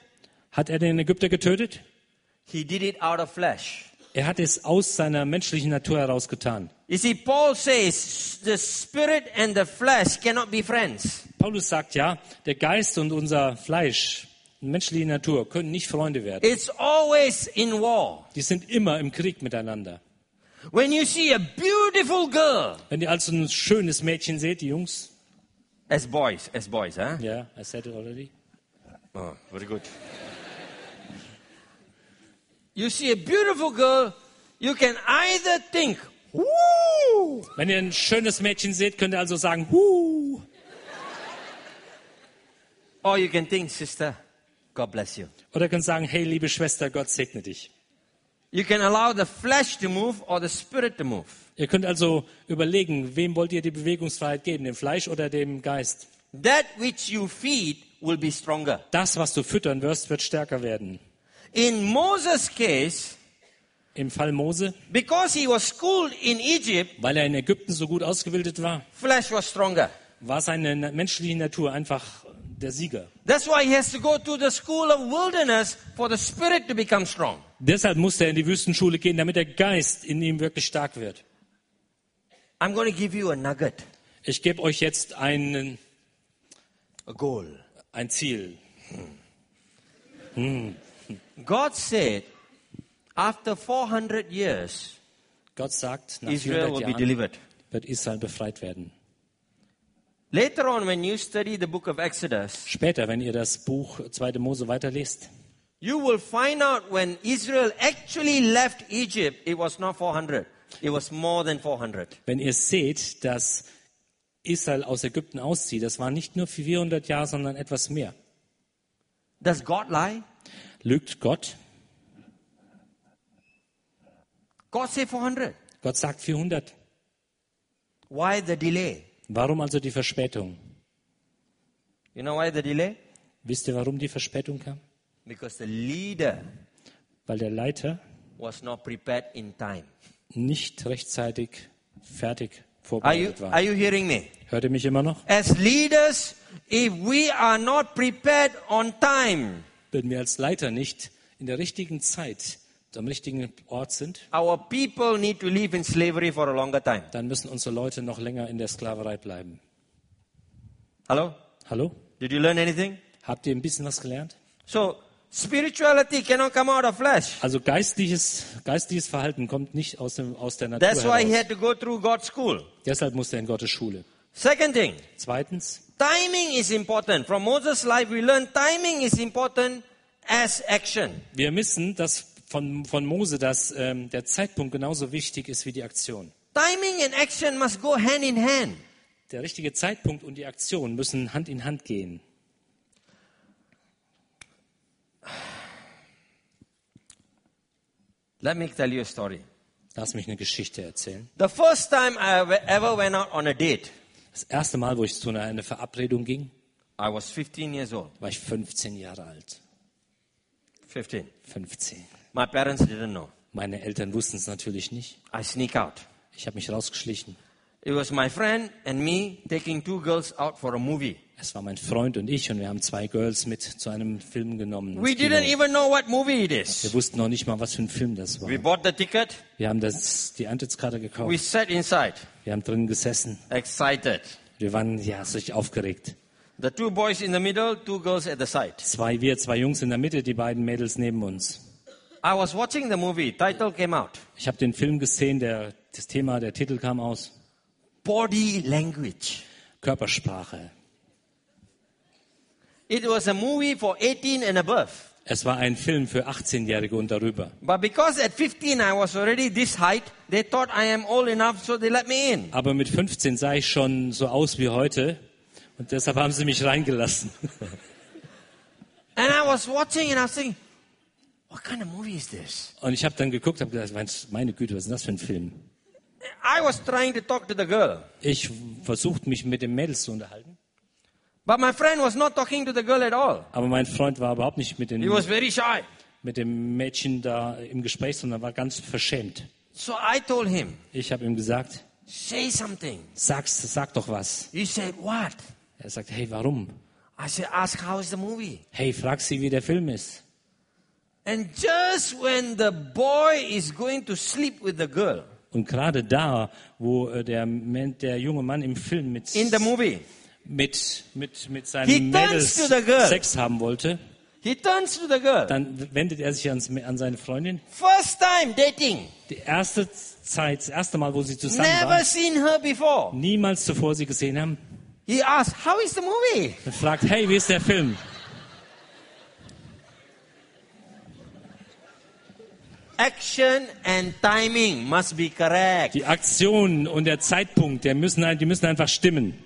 Hat er den Ägypter getötet? He did it out of flesh. Er hat es aus seiner menschlichen Natur herausgetan. You see, Paul says the spirit and the flesh cannot be friends. Paulus sagt ja, der Geist und unser Fleisch, menschliche Natur, können nicht Freunde werden. It's always in war. Die sind immer im Krieg miteinander. When you see a beautiful girl, Wenn ihr also ein schönes Mädchen seht, die Jungs, as boys, as boys, huh? ja, I said it already. Oh, very good. You see a beautiful girl, you can either think, woo, Wenn ihr ein schönes Mädchen seht, könnt ihr also sagen, huh, or you can think, sister, God bless you. oder könnt sagen, hey, liebe Schwester, Gott segne dich. You can allow the flesh to move or the spirit to move. Ihr könnt also überlegen, wem wollt ihr die Bewegungsfreiheit geben, dem Fleisch oder dem Geist? That which you feed will be stronger. Das, was du füttern wirst, wird stärker werden. In Moses' case, Im Fall Mose, Because he was schooled in Egypt, weil er in Ägypten so gut ausgebildet war, flesh was stronger. war seine na- menschliche Natur einfach der Sieger. That's why he has to go to the school of wilderness for the spirit to become strong. Deshalb musste er in die Wüstenschule gehen, damit der Geist in ihm wirklich stark wird. I'm going to give you a nugget, Ich gebe euch jetzt einen, a goal. ein Ziel. God said, after 400 years, Gott sagt, nach Israel 400 will be Jahren delivered. wird Israel befreit werden. Later on, when you study the book of Exodus, Später, wenn ihr das Buch 2. Mose weiterlest, you will find out when Israel actually left Egypt, it was not 400, it was more than 400. wenn ihr seht, dass Israel aus Ägypten auszieht, das waren nicht nur 400 Jahre, sondern etwas mehr. Does God lie? Lügt Gott? God said 400. Gott sagt 400. Why the delay? Warum also die Verspätung? You know why the delay? Wisst ihr, warum die Verspätung kam? Because the leader Weil der Leiter was not prepared in time. nicht rechtzeitig fertig Are you, vorbereitet are war. you hearing me? Hört ihr mich immer noch? As leaders, if we are not prepared on time, Wenn wir als Leiter nicht in der richtigen Zeit am richtigen Ort sind, our people need to live in slavery for a longer time. dann müssen unsere Leute noch länger in der Sklaverei bleiben. Hello? Hallo? Did you learn anything? Habt ihr ein bisschen was gelernt? So, spirituality cannot come out of flesh. Also geistliches, geistliches Verhalten kommt nicht aus, dem, aus der Natur That's why he heraus. had to go through God's school. Deshalb muss er in Gottes Schule. Second thing, Zweitens, timing is important. From Moses' life, we learn timing is important as action. wir wissen, dass von, von Mose, dass ähm, der Zeitpunkt genauso wichtig ist wie die Aktion. Timing and action must go hand in hand. Der richtige Zeitpunkt und die Aktion müssen Hand in Hand gehen. Let me tell you a story. Lass mich eine Geschichte erzählen. The first time I ever- ever went out on a date, Das erste Mal, wo ich zu einer einer Verabredung ging, I was 15 years old. war ich 15 Jahre alt. 15. 15. My parents didn't know. Meine Eltern wussten es natürlich nicht. I sneak out. Ich habe mich rausgeschlichen. It was my friend and me taking two girls out for a movie. Es war mein Freund und ich und wir haben zwei Girls mit zu einem Film genommen. ins We Kino. didn't even know what movie it is. wir wussten noch nicht mal, was für ein Film das war. We bought the ticket. Wir haben das, die Eintrittskarte We gekauft. sat inside, Wir haben drin gesessen. excited. Wir waren ja richtig aufgeregt. The two boys in the middle, two girls at the side. Zwei wir, zwei Jungs in der Mitte, die beiden Mädels neben uns. I was watching the movie. Title came out. Ich habe den Film gesehen, der, das Thema, der Titel kam aus. Body language. Körpersprache. It was a movie for 18 and above. Es war ein Film für 18-Jährige und darüber. But because at 15 I was already this height, they thought I am old enough, so they let me in. Aber mit 15 sah ich schon so aus wie heute und deshalb haben sie mich reingelassen. And I was watching and I was thinking, what kind of movie is this? Und ich habe dann geguckt, habe gedacht, "Mensch, meine Güte, was ist denn das für ein Film? I was trying to talk to the girl. Ich versuchte mich mit den Mädels zu unterhalten, But my friend was not talking to the girl at all. aber mein Freund war überhaupt nicht mit, den, He was very shy. mit dem Mädchen da im Gespräch, sondern war ganz verschämt. So I told him, Ich habe ihm gesagt, say something. sag, sag doch was. He said, what? Er sagt, hey, warum? I said, ask how is the movie? Hey, frag sie, wie der Film ist. And just when the boy is going to sleep with the girl Und gerade da, wo äh, der, Men- der junge Mann im Film mit, in the movie, mit, mit, mit He seinen turns Mädels to the girl. Sex haben wollte, he turns to the girl. dann wendet er sich ans, an seine Freundin. First time dating. Die erste Zeit, das erste Mal, wo sie zusammen Never waren, seen her before. niemals zuvor sie gesehen haben, He asked, how is the movie? und fragt, hey, wie ist der Film? Action and timing must be correct. Die Aktion und der Zeitpunkt, der müssen, ein- die müssen einfach stimmen.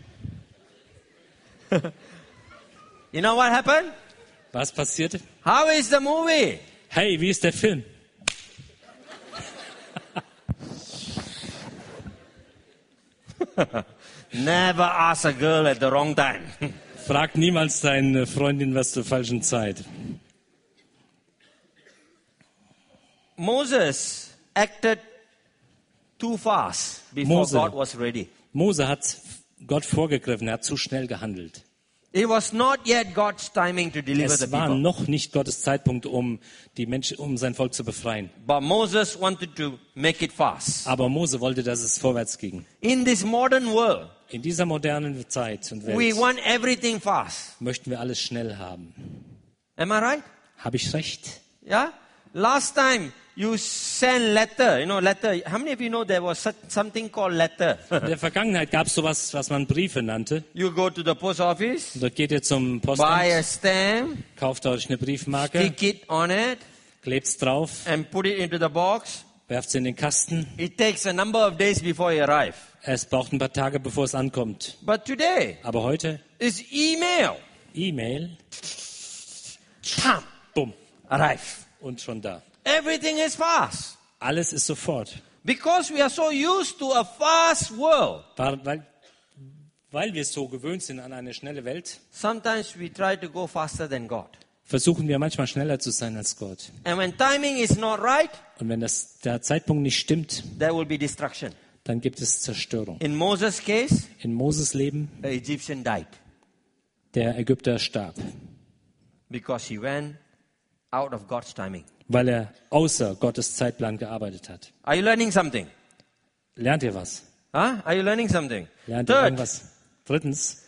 You know what happened? Was passierte? How is the movie? Hey, wie ist der Film? Never ask a girl at the wrong time. Frag niemals deine Freundin was zur falschen Zeit. Moses acted too fast before Moses. God was ready. Mose hat Gott vorgegriffen, er hat zu schnell gehandelt. It was not yet God's timing to deliver the Es war people. noch nicht Gottes Zeitpunkt, um die Menschen, um sein Volk zu befreien. But Moses wanted to make it fast. Aber Mose wollte, dass es vorwärts ging. In this modern world, In dieser modernen Zeit und we Welt want everything fast. möchten wir alles schnell haben. Am I right? Habe ich recht? Yeah? Last time you send letter, you know, letter. How many of you know there was such, something called letter? In der Vergangenheit gab es sowas, was man Briefe nannte. you go to the post office, Und dort geht ihr zum buy a Postamt, stamp, kauft euch eine Briefmarke, stick it on it, klebt's drauf, and put it into the box. werft sie in den Kasten. It takes a number of days before you arrive. Es braucht ein paar Tage, bevor es ankommt. But today Aber heute is email. E-Mail, Come, bumm, arrive. und schon da. Everything is fast. Alles ist sofort. Because we are so used to a fast world, Weil, weil- weil wir so gewöhnt sind an eine schnelle Welt, sometimes we try to go faster than God. versuchen wir manchmal schneller zu sein als Gott. And when timing is not right, Und wenn das, der Zeitpunkt nicht stimmt, there will be destruction. dann gibt es Zerstörung. In Moses' case, In Moses Leben, the Egyptian died der Ägypter starb, because he went out of God's timing. weil er außer Gottes Zeitplan gearbeitet hat. Are you learning something? Lernt ihr was? Huh? Are you learning something? Lernt ihr Third, irgendwas? Drittens,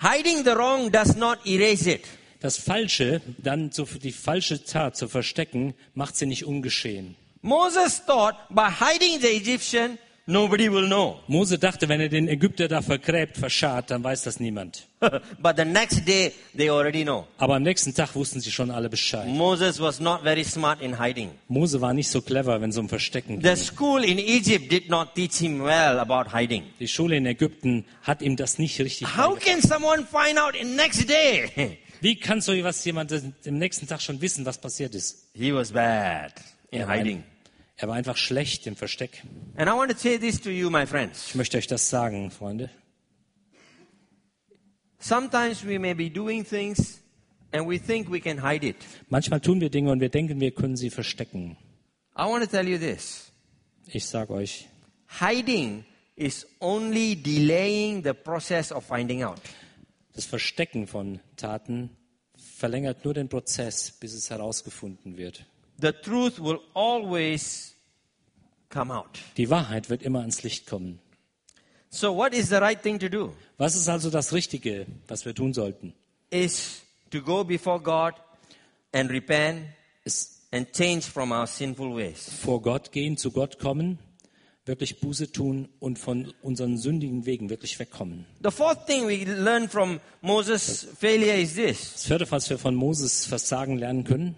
hiding the wrong does not erase it. das Falsche, dann zu, die falsche Tat zu verstecken, macht sie nicht ungeschehen. Moses thought by hiding the Egyptian, nobody will know. Mose dachte, wenn er den Ägypter da vergräbt, verscharrt, dann weiß das niemand. but the next day, they already know. Aber am nächsten Tag wussten sie schon alle Bescheid. Moses was not very smart in hiding. Mose war nicht so clever, wenn es um Verstecken The ging. school in Egypt did not teach him well about hiding. Die Schule in Ägypten hat ihm das nicht richtig How beigebracht. can someone find out in next day? Wie kann so was jemand am nächsten Tag schon wissen, was passiert ist? he was bad in Er war, hiding. ein, Er war einfach schlecht im Versteck. And I want to say this to you, my friends. Ich möchte euch das sagen, Freunde. Sometimes we may be doing things and we think we can hide it. Manchmal tun wir Dinge und wir denken, wir können sie verstecken. I want to tell you this Ich sage euch, hiding is only delaying the process of finding out. das Verstecken von Taten verlängert nur den Prozess, bis es herausgefunden wird. The truth will always come out. Die Wahrheit wird immer ans Licht kommen. So, what is the right thing to do? Was ist also das Richtige, was wir tun sollten? Is to go before God and repent Ist and change from our sinful ways. vor Gott gehen, zu Gott kommen, wirklich Buße tun und von unseren sündigen Wegen wirklich wegkommen. The fourth thing we learn from Moses' failure is this Das vierte, was wir von Moses Versagen lernen können,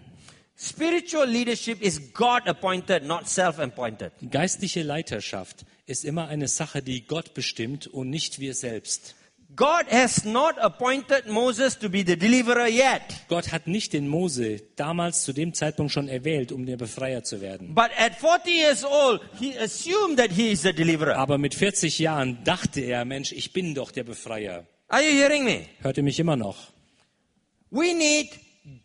spiritual leadership is God appointed, not self appointed. geistliche Leiterschaft ist immer eine Sache, die Gott bestimmt und nicht wir selbst. God has not appointed Moses to be the deliverer yet. Gott hat nicht den Mose damals zu dem Zeitpunkt schon erwählt, um der Befreier zu werden. But at 40 years old, he assumed that he is the deliverer. Aber mit 40 Jahren dachte er, Mensch, ich bin doch der Befreier. Are you hearing me? Hört ihr mich immer noch? We need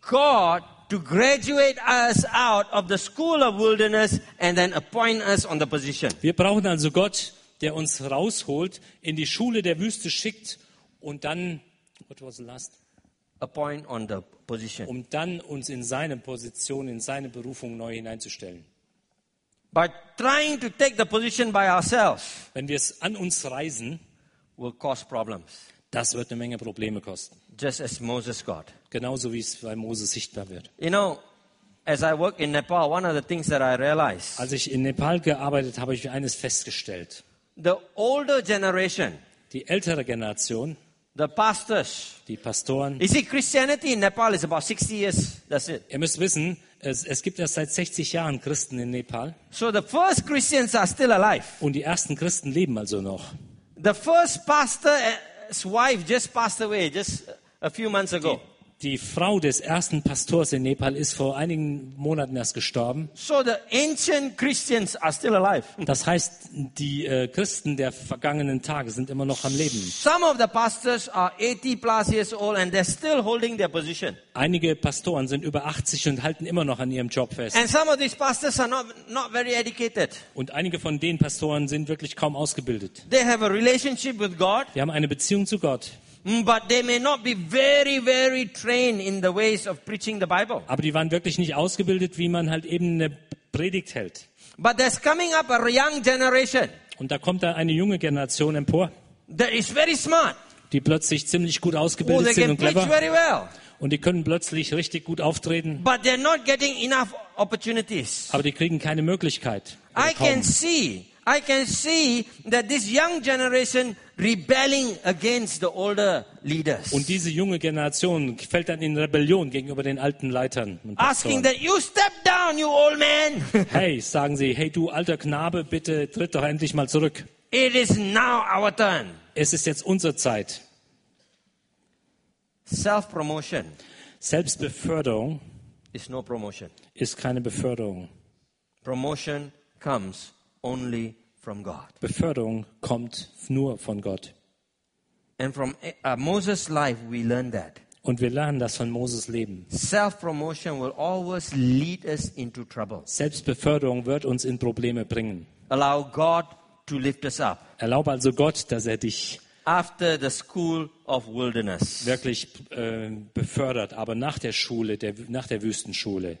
God to graduate us out of the school of wilderness and then appoint us on the position. Wir brauchen also Gott, der uns rausholt, in die Schule der Wüste schickt und dann, what was the last? Appoint on the position. um dann uns in seine Position, in seine Berufung neu hineinzustellen. By trying to take the position by ourselves Wenn wir es an uns reißen, will cause problems, das wird eine Menge Probleme kosten. just as Moses got. Genauso wie es bei Moses sichtbar wird. You know, as I work in Nepal, one of the things that I realized Als ich in Nepal gearbeitet habe, habe ich eines festgestellt. the older generation, Die ältere Generation, the pastors, die Pastoren, You see, Christianity in Nepal is about 60 years. That's it. ihr müsst wissen, es, es gibt erst seit 60 Jahren Christen in Nepal So the first Christians are still alive. und die ersten Christen leben also noch. The first pastor's wife just passed away just a few months ago. Die Frau des ersten Pastors in Nepal ist vor einigen Monaten erst gestorben. So the ancient Christians are still alive. Das heißt, die äh, Christen der vergangenen Tage sind immer noch am Leben. Some of the pastors are 80 plus years old and they're still holding their position. Einige Pastoren sind über 80 und halten immer noch an ihrem Job fest. And some of these pastors are not, not very educated. Und einige von den Pastoren sind wirklich kaum ausgebildet. They have a relationship with God, Die haben eine Beziehung zu Gott, mm, but they may not be very, very trained in the ways of preaching the Bible. aber die waren wirklich nicht ausgebildet, wie man halt eben eine Predigt hält. But there's coming up a young generation. Und da kommt da eine junge Generation empor, that is very smart. die plötzlich ziemlich gut Oh, ausgebildet they sind und can preach clever very well, und die können plötzlich richtig gut auftreten, but they're not getting enough opportunities. aber die kriegen keine Möglichkeit. oder I kaum. can see, I can see that this young generation rebelling against the older leaders, Und diese junge Generation fällt dann in Rebellion gegenüber den alten Leitern und asking Pastoren. that you step down, you old man. Hey, sagen sie, hey du alter Knabe, bitte tritt doch endlich mal zurück. it is now our turn. Es ist jetzt unsere Zeit. Self-promotion Selbstbeförderung is no promotion. ist keine Beförderung. Promotion comes only from God. Beförderung kommt nur von Gott. And from uh, Moses' life, we learn that. Und wir lernen das von Moses Leben. Self-promotion will always lead us into trouble. Selbstbeförderung wird uns in Probleme bringen. Allow God to lift us up Erlaube also Gott, dass er dich after the school of wilderness. wirklich äh, befördert, aber nach der Schule, der, nach der Wüstenschule.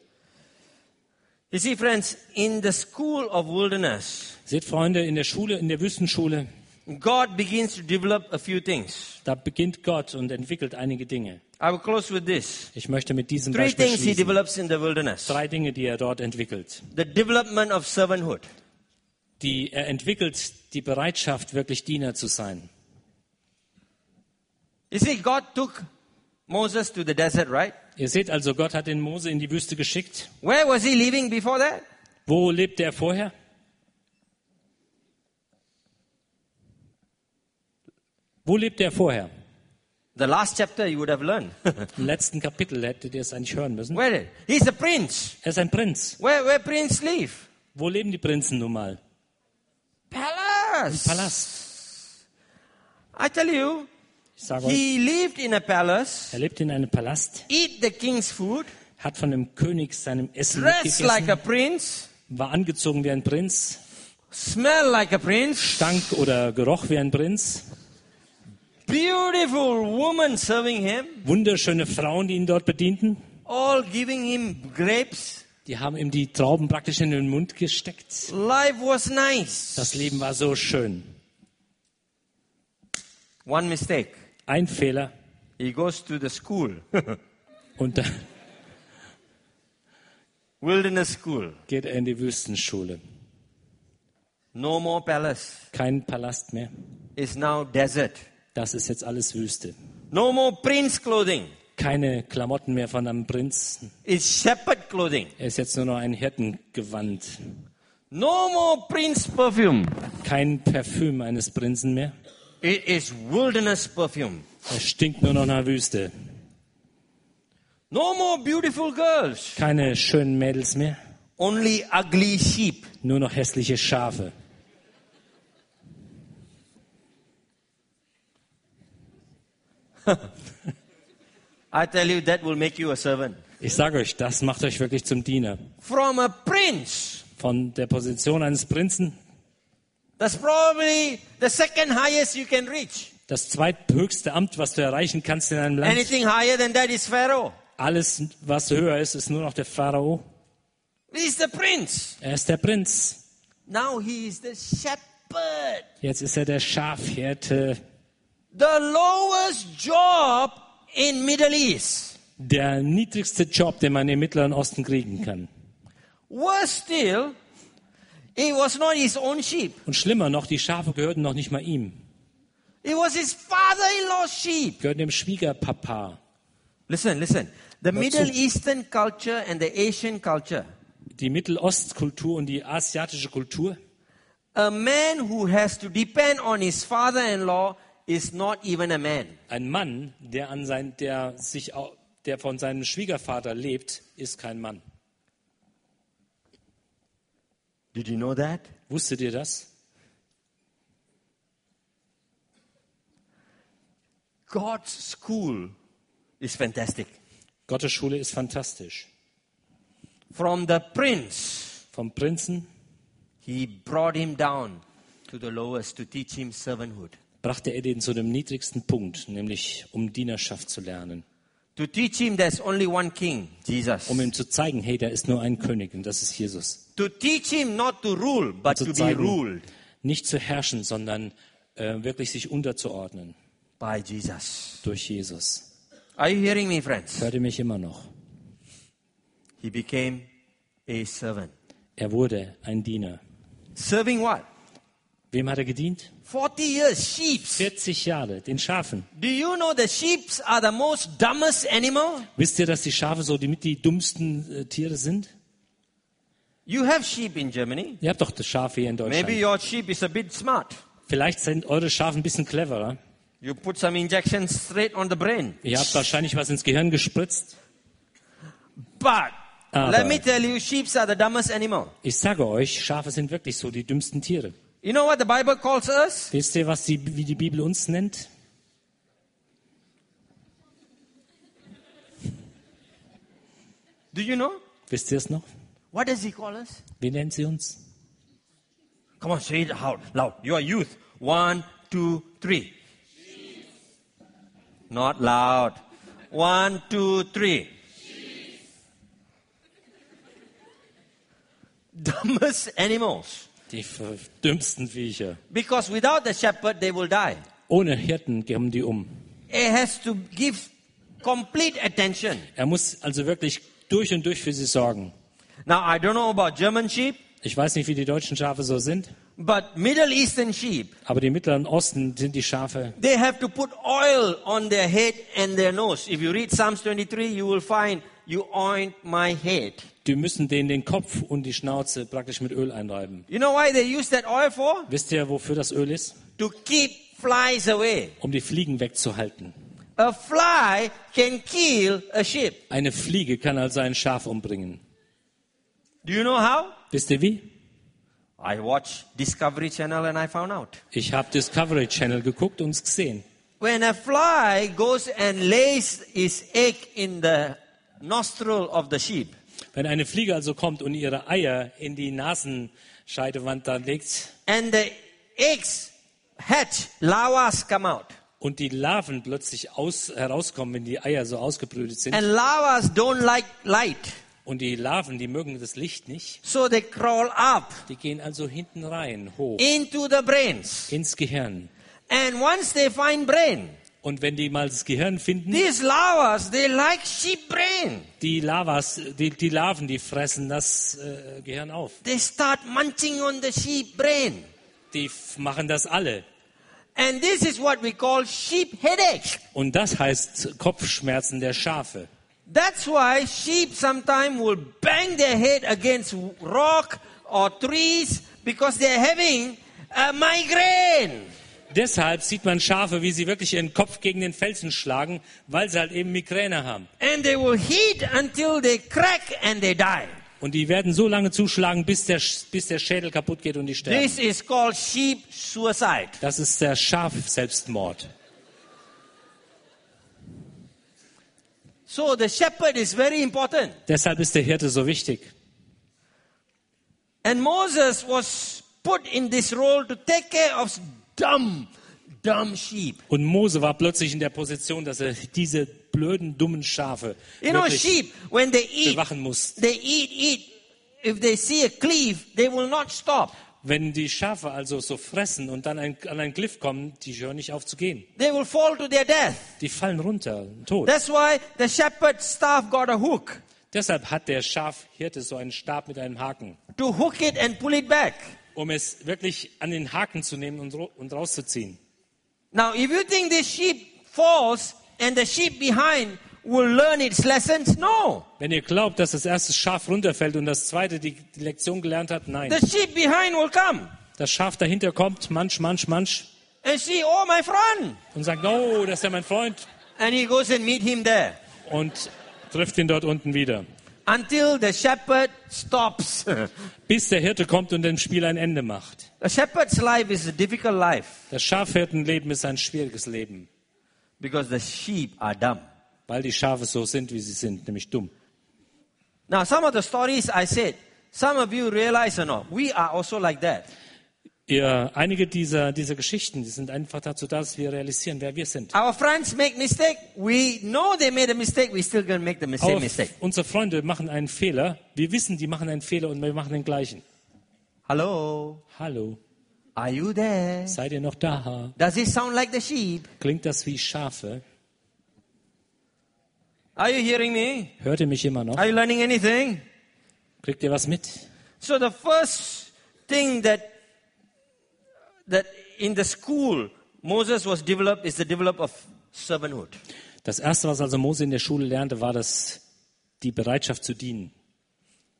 You see, friends, in the school of wilderness, Seht, Freunde, in der Schule, in der Wüstenschule, God begins to develop a few things. da beginnt Gott und entwickelt einige Dinge. I will close with this. Ich möchte mit diesem Three Beispiel things he schließen. develops in the wilderness Drei Dinge, die er dort entwickelt. the development of servanthood, Die, er entwickelt die Bereitschaft, wirklich Diener zu sein. You see, God took Moses to the desert, right? Ihr seht also, Gott hat den Mose in die Wüste geschickt. Where was he living before that? Wo lebte er vorher? Wo lebte er vorher? The last chapter you would have learned. Im letzten Kapitel hättet ihr es eigentlich hören müssen. Where? He's a prince. Er ist ein Prinz. Where, where prince live? Wo leben die Prinzen nun mal? Palace. Palast. I tell you, Ich sage euch, he lived in a palace, er lebt in einem Palast, eat the king's food, hat von dem König seinem Essen dressed like mitgegessen, a prince, war angezogen wie ein Prinz, smell like a prince, stank oder geroch wie ein Prinz, beautiful woman serving him, wunderschöne Frauen, die ihn dort bedienten, all giving him grapes. die haben ihm die Trauben praktisch in den Mund gesteckt. Life was nice. Das Leben war so schön. One mistake. Ein Fehler He goes to the school, und dann wilderness school. geht er in die Wüstenschule. No more palace. Kein Palast mehr. It's now desert. Das ist jetzt alles Wüste. No more prince clothing. Keine Klamotten mehr von einem Prinz. It's shepherd clothing. Er ist jetzt nur noch ein Hirtengewand. No more prince perfume. Kein Parfüm eines Prinzen mehr. It is wilderness perfume. Er stinkt nur noch nach Wüste. No more beautiful girls. Keine schönen Mädels mehr. Only ugly sheep. Nur noch hässliche Schafe. I tell you, that will make you a servant. Ich sage euch, das macht euch wirklich zum Diener. From a prince. Von der Position eines Prinzen, That's probably the second highest you can reach. das zweithöchste Amt, was du erreichen kannst in einem Land. Anything higher than that is Pharaoh. Alles, was höher ist, ist nur noch der Pharao. He's the prince. Er ist der Prinz. Now he is the shepherd. Jetzt ist er der Schafhirte. The lowest job in Middle East. Der niedrigste Job, den man im Mittleren Osten kriegen kann. Worse still, it was not his own sheep. Und schlimmer noch, die Schafe gehörten noch nicht mal ihm. It was his father-in-law's sheep. Gehörten dem Schwiegerpapa. Listen, listen. The Not Middle so- Eastern culture and the Asian culture. Die Mittelostkultur und die asiatische Kultur. A man who has to depend on his father-in-law is not even a man. Ein Mann, der, an sein, der, sich, au- der von seinem Schwiegervater lebt, ist kein Mann. Did you know that? Wusstet ihr das? God's school is fantastic. Gottes Schule ist fantastisch. From the prince, Vom Prinzen he brought him down to the lowest to teach him servanthood, brachte er den zu dem niedrigsten Punkt, nämlich um Dienerschaft zu lernen. to teach him there's only one king, Jesus, Um ihm zu zeigen, hey, da ist nur ein König und das ist Jesus. to teach him not to rule, but Zu to be zeigen, ruled nicht zu herrschen, sondern äh, wirklich sich unterzuordnen by Jesus. durch Jesus. Are you hearing me, friends? Hört ihr mich immer noch? He became a servant. Er wurde ein Diener. Serving what? Wem hat er gedient? 40 years, sheep. 40 Jahre, den Schafen. Do you know the sheep are the most dumbest animal? Wisst ihr, dass die Schafe so die mit die dummsten äh, Tiere sind? You have sheep in Germany. Ihr habt doch das Schafe hier in Deutschland. Maybe your sheep is a bit smart. Vielleicht sind eure Schafe ein bisschen cleverer. You put some injections straight on the brain. Ihr habt wahrscheinlich was ins Gehirn gespritzt. But Ah, let but- me tell you, sheep are the dumbest animal. Ich sage euch, Schafe sind wirklich so die dümmsten Tiere. You know what the Bible calls us? Wisst ihr, was die, wie die Bibel uns nennt? Do you know? Wisst ihr es noch? What does he call us? Wie nennt sie uns? Come on, say it out loud. You are youth. One, two, three. Not loud. One, two, three. Dumbest animals. Die ver- dümmsten Viecher. Because without the shepherd, they will die. Ohne Hirten kommen die um. It has to give complete attention. Er muss also wirklich durch und durch für sie sorgen. Now, I don't know about German sheep, Ich weiß nicht, wie die deutschen Schafe so sind, but Middle Eastern sheep, aber im Mittleren Osten sind die Schafe, they have to put oil on their head and their nose. If you read Psalms 23, you will find you oint my head. die müssen denen den Kopf und die Schnauze praktisch mit Öl einreiben. You know why they use that oil for? Wisst ihr, wofür das Öl ist? To keep flies away. Um die Fliegen wegzuhalten. A fly can kill a sheep. Eine Fliege kann also ein Schaf umbringen. Do you know how? Wisst ihr wie? I watched Discovery Channel and I found out. Ich habe Discovery Channel geguckt und es gesehen. When a fly goes and lays its egg in the nostril of the sheep, Wenn eine Fliege also kommt und ihre Eier in die Nasenscheidewand dann legt and the eggs hatch, larvas come out. und die Larven plötzlich aus, herauskommen, wenn die Eier so ausgebrütet sind, And larvas don't like light, und die Larven, die mögen das Licht nicht, so they crawl up die gehen also hinten rein, hoch, into the brains. ins Gehirn. And once they find brain, Und wenn die mal das Gehirn finden, these larvas, they like sheep brain. die Lavas, die, die Larven, die fressen das äh, Gehirn auf. They start munching on the sheep brain. Die f- machen das alle. And this is what we call sheep headache. Und das heißt Kopfschmerzen der Schafe. That's why sheep sometimes will bang their head against rock or trees because they're having a migraine. Deshalb sieht man Schafe, wie sie wirklich ihren Kopf gegen den Felsen schlagen, weil sie halt eben Migräne haben. And they will hit until they crack and they die. Und die werden so lange zuschlagen, bis der, Sch- bis der Schädel kaputt geht und die sterben. This is called sheep suicide. Das ist der Schaf-Selbstmord. So the shepherd is very important. Deshalb ist der Hirte so wichtig. And Moses was put in this role to take care of dumb, dumb sheep. Und Mose war plötzlich in der Position, dass er diese blöden, dummen Schafe You know, wirklich sheep, when they eat, bewachen muss. they eat, eat. If they see a cleave, they will not stop. Wenn die Schafe also so fressen und dann ein, an einen Cliff kommen, die hören nicht auf zu gehen. They will fall to their death. Die fallen runter, tot. That's why the shepherd's staff got a hook Deshalb hat der Schafhirte so einen Stab mit einem Haken, to hook it and pull it back. um es wirklich an den Haken zu nehmen und, ro- und rauszuziehen. Now, if you think this sheep falls and the sheep behind will learn its lessons, no. Wenn ihr glaubt, dass das erste Schaf runterfällt und das zweite die, die Lektion gelernt hat, nein. The sheep behind will come Das Schaf dahinter kommt, manch, manch, manch, and see, oh, my friend. und sagt, no, das ist ja mein Freund. And he goes and meet him there Und trifft ihn dort unten wieder. until the shepherd stops. Bis der Hirte kommt und dem Spiel ein Ende macht. a shepherd's life is a difficult life Das Schafhirtenleben ist ein schwieriges Leben, because the sheep are dumb. weil die Schafe so sind, wie sie sind, nämlich dumm. Now, some of the stories I said, some of you realize or not, we are also like that. Ihr, einige dieser, dieser Geschichten, die sind einfach dazu da, dass wir realisieren, wer wir sind. Our friends make mistake. We know they made a mistake. We still gonna make the same Aber mistake. unsere Freunde machen einen Fehler. Wir wissen, die machen einen Fehler und wir machen den gleichen. Hello, Hallo, are you there? seid ihr noch da? Does it sound like the sheep? Klingt das wie Schafe? Are you hearing me? Hört ihr mich immer noch? Are you learning anything? Kriegt ihr was mit? So the first thing that that in the school Moses was developed is the develop of servanthood. Das erste, was also Mose in der Schule lernte, war das, die Bereitschaft zu dienen.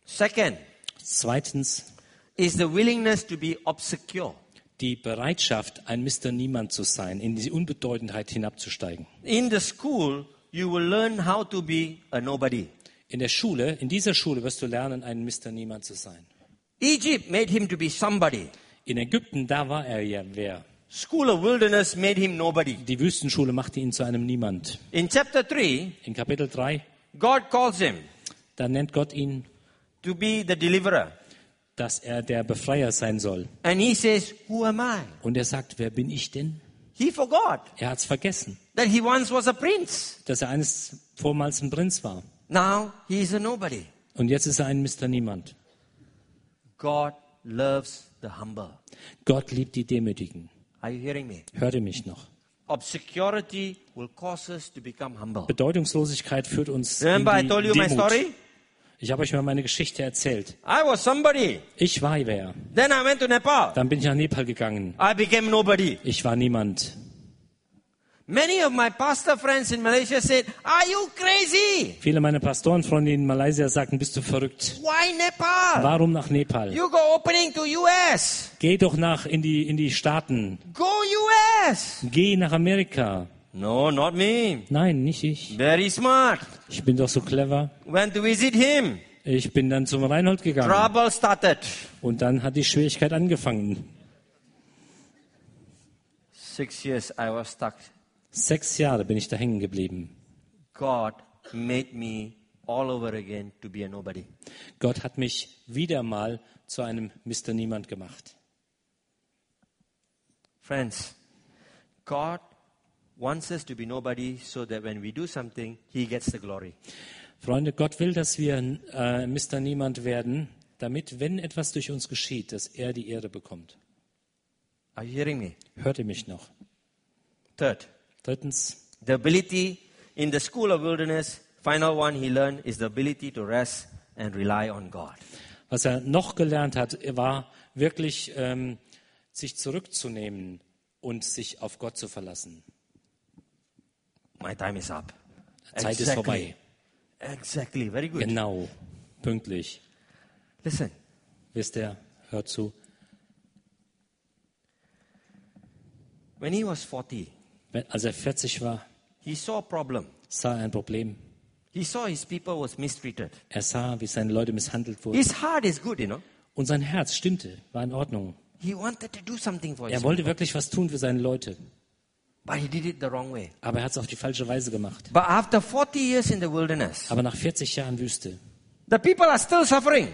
Second Zweitens, is the willingness to be obscure. die Bereitschaft, ein Mister Niemand zu sein, in die Unbedeutendheit hinabzusteigen. In the school, you will learn how to be a nobody. In der Schule, in dieser Schule wirst du lernen, ein Mister Niemand zu sein. Egypt made him to be somebody. In Ägypten, da war er ja wer. School of wilderness made him nobody. Die Wüstenschule machte ihn zu einem Niemand. In chapter 3, In Kapitel 3, God calls him da nennt Gott ihn, to be the deliverer. dass er der Befreier sein soll. And he says, Who am I? Und er sagt, wer bin ich denn? He forgot Er hat's vergessen, that he once was a prince. dass er eines vormals ein Prinz war. Now he is a nobody. Und jetzt ist er ein Mister Niemand. God loves the humble. Gott liebt die Demütigen. Are you hearing me? Hört ihr mich noch? Obscurity will cause us to become humble. Bedeutungslosigkeit führt uns Remember, I in die told you my Demut. story? Ich habe euch mal meine Geschichte erzählt. I was somebody. Ich war wer. Then I went to Nepal. Dann bin ich nach Nepal gegangen. I became nobody. Ich war niemand. Many of my pastor friends in Malaysia said, Are you crazy? Viele meiner Pastorenfreunde in Malaysia sagten, bist du verrückt? Why Nepal? Warum nach Nepal? You go opening to US. Geh doch nach in die, in die Staaten. Go US. Geh nach Amerika. No, not me. Nein, nicht ich. Very smart. Ich bin doch so clever. Went to visit him. Ich bin dann zum Reinhold gegangen Trouble started. und dann hat die Schwierigkeit angefangen. Six years I was stuck. Sechs Jahre bin ich da hängen geblieben. God made me all over again to be a nobody. Gott hat mich wieder mal zu einem Mr. Niemand gemacht. Friends, God wants us to be nobody so that when we do something, He gets the glory. Freunde, Gott will, dass wir äh, Mr. Niemand werden, damit, wenn etwas durch uns geschieht, dass er die Ehre bekommt. Are you hearing me? Hört ihr mich noch? Third, Drittens, the ability in the school of wilderness, final one he learned is the ability to rest and rely on God. was er noch gelernt hat, war wirklich ähm, sich zurückzunehmen und sich auf Gott zu verlassen. My time is up. Zeit ist vorbei. Exactly. Very good. Genau, pünktlich. Listen, Wisst ihr, hört zu. when he was 40, Wenn- Als er 40 war, he saw a problem. sah er ein Problem. He saw his people was mistreated. Er sah, wie seine Leute misshandelt wurden. His heart is good, you know. Und sein Herz stimmte, war in Ordnung. He wanted to do something for his Er wollte wirklich was tun für seine Leute, but he did it the wrong way. aber er hat es auf die falsche Weise gemacht. But after 40 years in the wilderness, Aber nach 40 Jahren Wüste, the people are still suffering.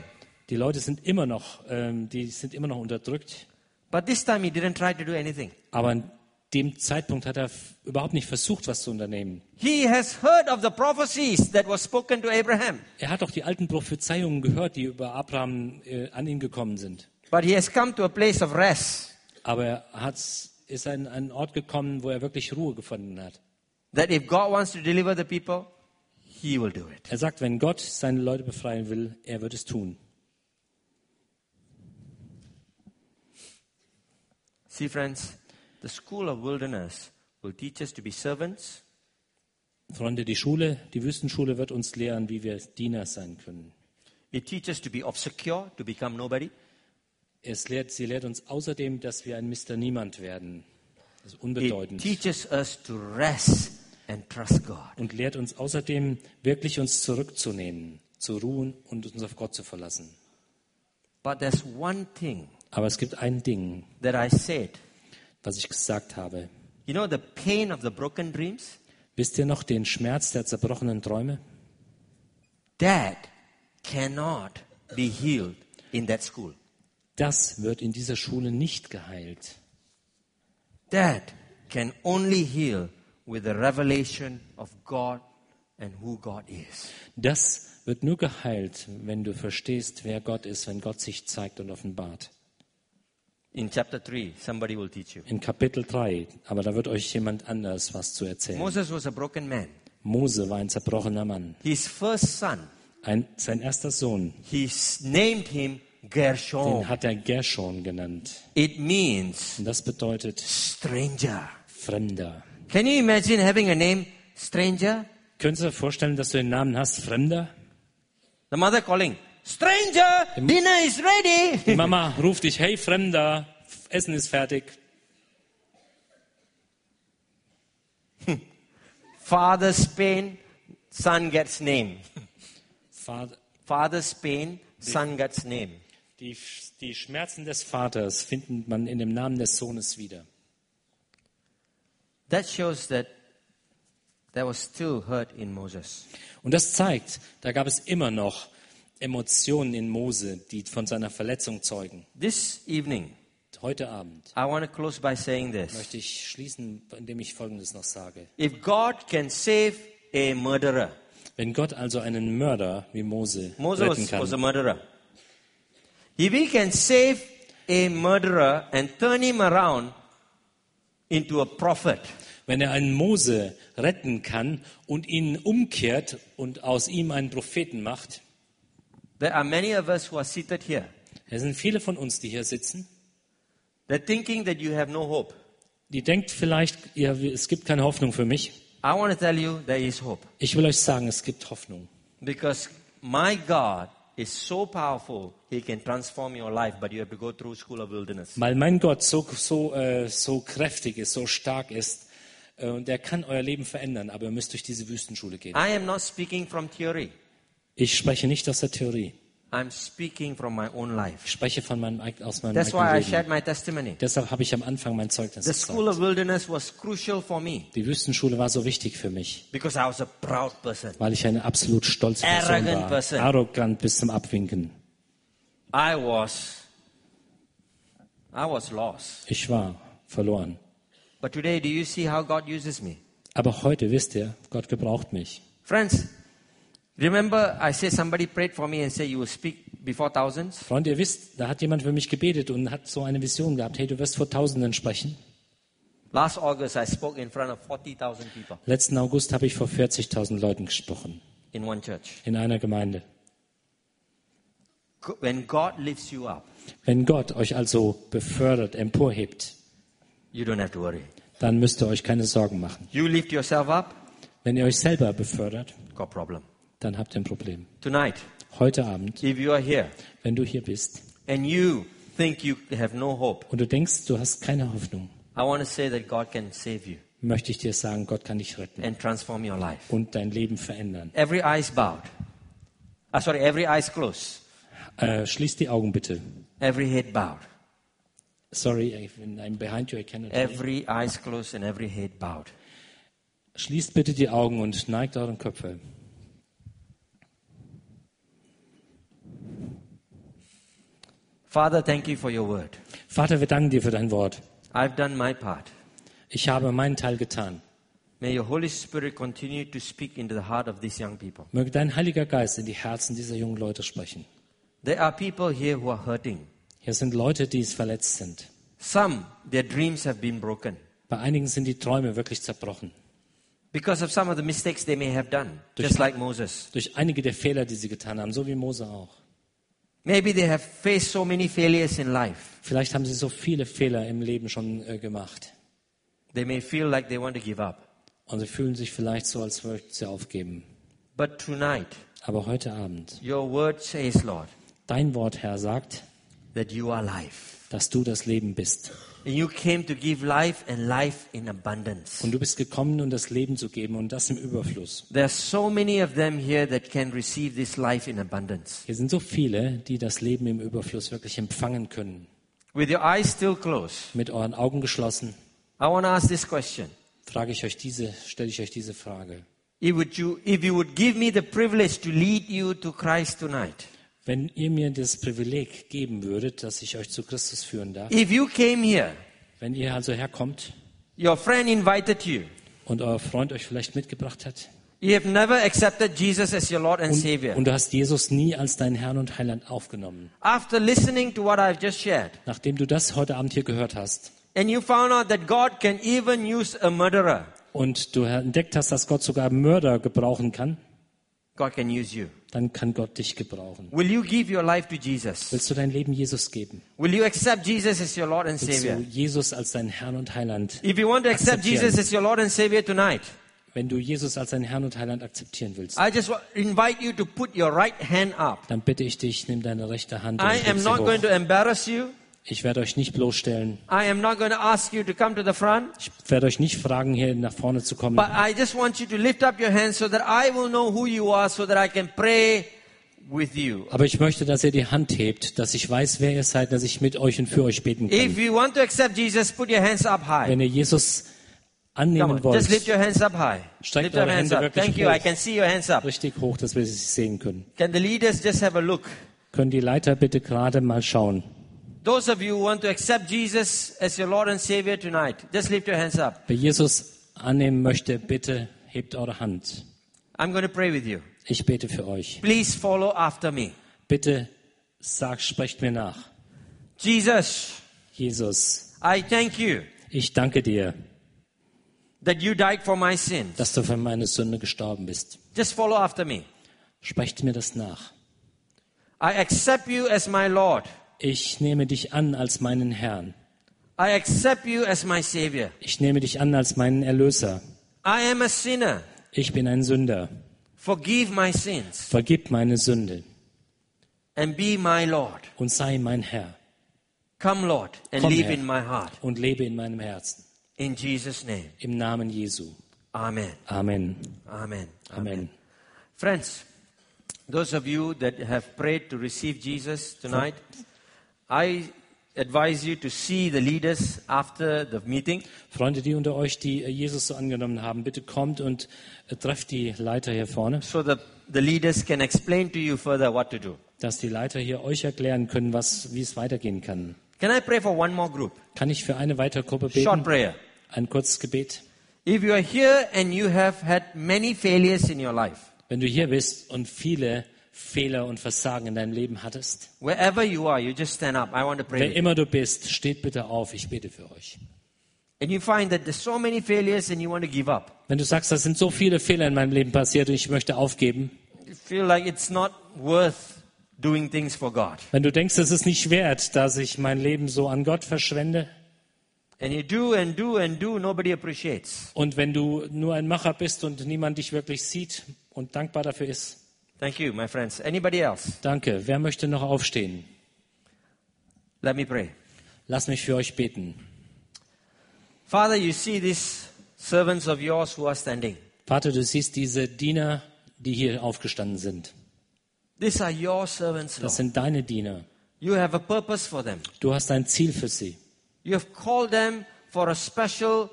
die Leute sind immer noch, ähm, die sind immer noch unterdrückt. But this time he didn't try to do anything. Aber an dem Zeitpunkt hat er f- überhaupt nicht versucht, was zu unternehmen. He has heard of the prophecies that was spoken to Abraham, Er hat auch die alten Prophezeiungen gehört, die über Abraham äh, an ihn gekommen sind. but he has come to a place of rest Aber er hat's, ist an einen Ort gekommen, wo er wirklich Ruhe gefunden hat. that if God wants to deliver the people, he will do it. Er sagt, wenn Gott seine Leute befreien will, er wird es tun. See, friends, the school of wilderness will teach us to be servants, Freunde, die Schule, die Wüstenschule wird uns lehren, wie wir Diener sein können. it teaches us to be obscure, to become nobody, Es lehrt, sie lehrt uns außerdem, dass wir ein Mister Niemand werden. Das ist it unbedeutend. teaches us to rest and trust God. Und lehrt uns außerdem, wirklich uns zurückzunehmen, zu ruhen und uns auf Gott zu verlassen. But there's one thing Aber es gibt ein Ding, that I said. was ich gesagt habe. You know the pain of the broken dreams? Wisst ihr noch den Schmerz der zerbrochenen Träume? That cannot be healed in that school. Das wird in dieser Schule nicht geheilt. That can only heal with the revelation of God and who God is. Das wird nur geheilt, wenn du verstehst, wer Gott ist, wenn Gott sich zeigt und offenbart. In chapter 3, somebody will teach you. In Kapitel 3, aber da wird euch jemand anders was zu erzählen. Moses was a broken man. Mose war ein zerbrochener Mann. His first son, Ein, sein erster Sohn, he s- named him Gershom. den hat er Gershon genannt. It means Und das bedeutet stranger. Fremder. Can you imagine having a name, stranger? Könntest du dir vorstellen, dass du den Namen hast, Fremder? The mother calling, stranger, dinner is ready. Die Mama ruft dich, hey Fremder, Essen ist fertig. Father's pain, son gets name. Vater- Father's pain, son gets name. Die, die Schmerzen des Vaters findet man in dem Namen des Sohnes wieder. That shows that there was still hurt in Moses. Und das zeigt, da gab es immer noch Emotionen in Mose, die von seiner Verletzung zeugen. This evening, Heute Abend I want to close by saying this. möchte ich schließen, indem ich Folgendes noch sage. If God can save a murderer, Wenn Gott also einen Mörder wie Mose, Moses retten was, was a kann, murderer. If he can save a murderer and turn him around into a prophet, wenn er einen Mose retten kann und ihn umkehrt und aus ihm einen Propheten macht, there are many of us who are seated here. es sind viele von uns, die hier sitzen, They're thinking that you have no hope. die denkt vielleicht, ja, es gibt keine Hoffnung für mich. I want to tell you there is hope. Ich will euch sagen, es gibt Hoffnung. Because my God is so powerful, He can transform your life, but you have to go through school of wilderness. Weil mein Gott so, so, äh, so kräftig ist, so stark ist, äh, und er kann euer Leben verändern, aber ihr müsst durch diese Wüstenschule gehen. I am not speaking from theory. Ich spreche nicht aus der Theorie. I'm speaking from my own life. Ich spreche von meinem, eig- aus meinem That's why I eigenen Leben. shared my testimony. Deshalb habe ich am Anfang mein Zeugnis The school gesagt. of wilderness was crucial for me Die Wüstenschule war so wichtig für mich, because I was a proud person. weil ich eine absolut stolze Person Arrogant war. person. Arrogant bis zum Abwinken. I was I was lost. Ich war verloren. But today do you see how God uses me? Aber heute wisst ihr, Gott gebraucht mich. Friends, remember I say somebody prayed for me and say you will speak before thousands? Freunde, ihr wisst, da hat jemand für mich gebetet und hat so eine Vision gehabt. Hey, du wirst vor Tausenden sprechen. Last August I spoke in front of 40,000 people Letzten August habe ich vor 40.000 Leuten gesprochen. in one church. In einer Gemeinde. Go- When God lifts you up, Wenn Gott euch also befördert, emporhebt, you don't have to worry. dann müsst ihr euch keine Sorgen machen. You lift yourself up, Wenn ihr euch selber befördert, got problem. dann habt ihr ein Problem. Tonight, Heute Abend, if you are here wenn du hier bist and you think you have no hope, und du denkst, du hast keine Hoffnung, I want to say that God can save you möchte ich dir sagen, Gott kann dich retten and transform your life. und dein Leben verändern. Every eye is bowed. Ah, sorry, every eye is closed. Äh, schließ die Augen bitte. Every head bowed. Sorry, I'm behind you, I cannot. Every eye is closed and every head bowed. Schließt bitte die Augen und neigt euren Köpfe. Father, thank you for your word. Vater, wir danken dir für dein Wort. I've done my part. Ich habe meinen Teil getan. May your Holy Spirit continue to speak into the heart of these young people. Möge dein Heiliger Geist in die Herzen dieser jungen Leute sprechen. There are people here who are hurting. Hier sind Leute, die es verletzt sind. Some, their dreams have been broken Bei einigen sind die Träume wirklich zerbrochen. because of some of the mistakes they may have done, just like Moses. Durch einige der Fehler, die sie getan haben, so wie Mose auch. Maybe they have faced so many failures in life, Vielleicht haben sie so viele Fehler im Leben schon äh, gemacht. they may feel like they want to give up. Und sie fühlen sich vielleicht so, als würden sie aufgeben. But tonight, Aber heute Abend, your word says, Lord, dein Wort, Herr, sagt, that you are life. dass du das Leben bist. And you came to give life and life in abundance. Und du bist gekommen, um das Leben zu geben und das im Überfluss. There are so many of them here that can receive this life in abundance. Hier sind so viele, die das Leben im Überfluss wirklich empfangen können. With your eyes still closed, Mit euren Augen geschlossen I want to ask this question. frage ich euch diese, stelle ich euch diese Frage. If, would you, if you would give me the privilege to lead you to Christ tonight, Wenn ihr mir das Privileg geben würdet, dass ich euch zu Christus führen darf, if you came here, wenn ihr also herkommt your friend invited you, und euer Freund euch vielleicht mitgebracht hat you have never accepted Jesus as your Lord and Savior. und du hast Jesus nie als deinen Herrn und Heiland aufgenommen, After listening to what I've just shared, nachdem du das heute Abend hier gehört hast and you found out that God can even use a murderer, und du entdeckt hast, dass Gott sogar Mörder gebrauchen kann, God can use you. dann kann Gott dich gebrauchen. Will you give your life to Jesus? Willst du dein Leben Jesus geben? Will you accept Jesus as your Lord and Willst du Savior? Jesus als deinen Herrn und Heiland? If you want to accept Akzeptieren. Jesus as your Lord and Savior tonight, Wenn du Jesus als deinen Herrn und Heiland akzeptieren willst, I just wa- invite you to put your right hand up. dann bitte ich dich, nimm deine rechte Hand und I heb am sie not going to hoch. embarrass you. Ich werde euch nicht bloßstellen. I am not going to ask you to come to the front, Ich werde euch nicht fragen, hier nach vorne zu kommen. but I just want you to lift up your hands so that I will know who you are so that I can pray with you. Aber ich möchte, dass ihr die Hand hebt, dass ich weiß, wer ihr seid, dass ich mit euch und für euch If beten kann. you want to accept Jesus, put your hands up high. Wenn ihr Jesus Come annehmen on, just lift wollt, your hands up high. Streckt Lift your eure hands Hände up. wirklich Thank you. hoch. I can see your hands up. richtig hoch, dass wir sie sehen können. Can the leaders just have a look? Können die Leiter bitte gerade mal schauen. Those of you who want to accept Jesus as your Lord and Savior tonight, just lift your hands up. Wer Jesus annehmen möchte, bitte hebt eure Hand. I'm going to pray with you. Ich bete für euch. Please follow after me. Bitte sagt, sprecht mir nach. Jesus, Jesus, I thank you ich danke dir, that you died for my sins. dass du für meine Sünde gestorben bist. Just follow after me. Sprecht mir das nach. I accept you as my Lord. Ich nehme dich an als meinen Herrn. I accept you as my Savior. Ich nehme dich an als meinen Erlöser. I am a sinner. Ich bin ein Sünder. Forgive my sins Vergib meine Sünde and be my Lord. und sei mein Herr Come, Lord, and Komm, live Herr. in my heart. und lebe in meinem Herzen. In Jesus' name. Im Namen Jesu. Amen. Amen. Amen. Amen. Friends, Those of you that have prayed to receive Jesus tonight, I advise you to see the leaders after the meeting. Freunde, die unter euch, die äh, Jesus so angenommen haben, bitte kommt und äh, trefft die Leiter hier vorne, so the, the leaders can explain to you further what to do. dass die Leiter hier euch erklären können, was, wie es weitergehen kann. Can I pray for one more group? Kann ich für eine weitere Gruppe Short beten? prayer. Ein kurzes Gebet. If you are here and you have had many failures in your life, Wenn du hier bist und viele Fehler und Versagen in deinem Leben hattest, wherever you are, you just stand up. I want to pray. with wer you. immer du bist, steht bitte auf, ich bete für euch. And you find that there's so many failures and you want to give up. Wenn du sagst, da sind so viele Fehler in meinem Leben passiert und ich möchte aufgeben, You feel like it's not worth doing things for God. wenn du denkst, es ist nicht wert, dass ich mein Leben so an Gott verschwende, And you do and do and do, nobody appreciates. und wenn du nur ein Macher bist und niemand dich wirklich sieht und dankbar dafür ist, Thank you, my friends. Anybody else? danke. Wer möchte noch aufstehen? Let me pray. Lass mich für euch beten. Father, you see these servants of yours who are standing. Vater, du siehst diese Diener, die hier aufgestanden sind. These are your servants, Das Lord. sind deine Diener. You have a purpose for them. Du hast ein Ziel für sie. You have called them for a special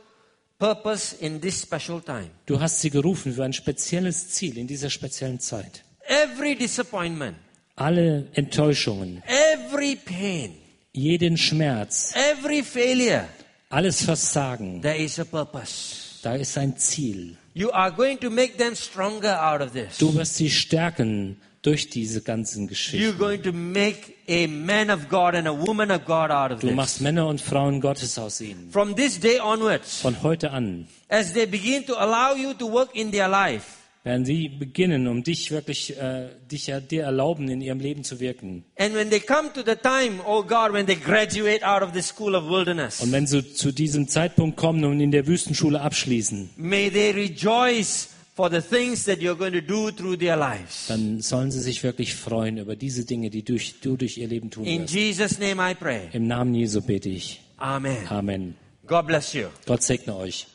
purpose in this special time. Du hast sie gerufen für ein spezielles Ziel in dieser speziellen Zeit. Every disappointment, Alle Enttäuschungen, every pain, jeden Schmerz, every failure, alles Versagen, there is a purpose. da ist ein Ziel. You are going to make them stronger out of this. Du wirst sie stärken durch diese ganzen You're Geschichten. going to make a man of God and a woman of God out of Du machst this. Männer und Frauen Gottes aus ihnen. From this day onwards, Von heute an as they begin to allow you to work in their life, werden sie beginnen, um dich wirklich, äh, dich ja, dir erlauben, in ihrem Leben zu wirken. and when they come to the time, oh God, when they graduate out of the school of wilderness, Und wenn sie zu diesem Zeitpunkt kommen und in der Wüstenschule abschließen, may they rejoice for the things that you're going to do through their lives. dann sollen sie sich wirklich freuen über diese Dinge, die durch, du durch ihr Leben tun In wirst. Jesus' name I pray. Im Namen Jesu bete ich. Amen. Amen. God bless you. Gott segne euch.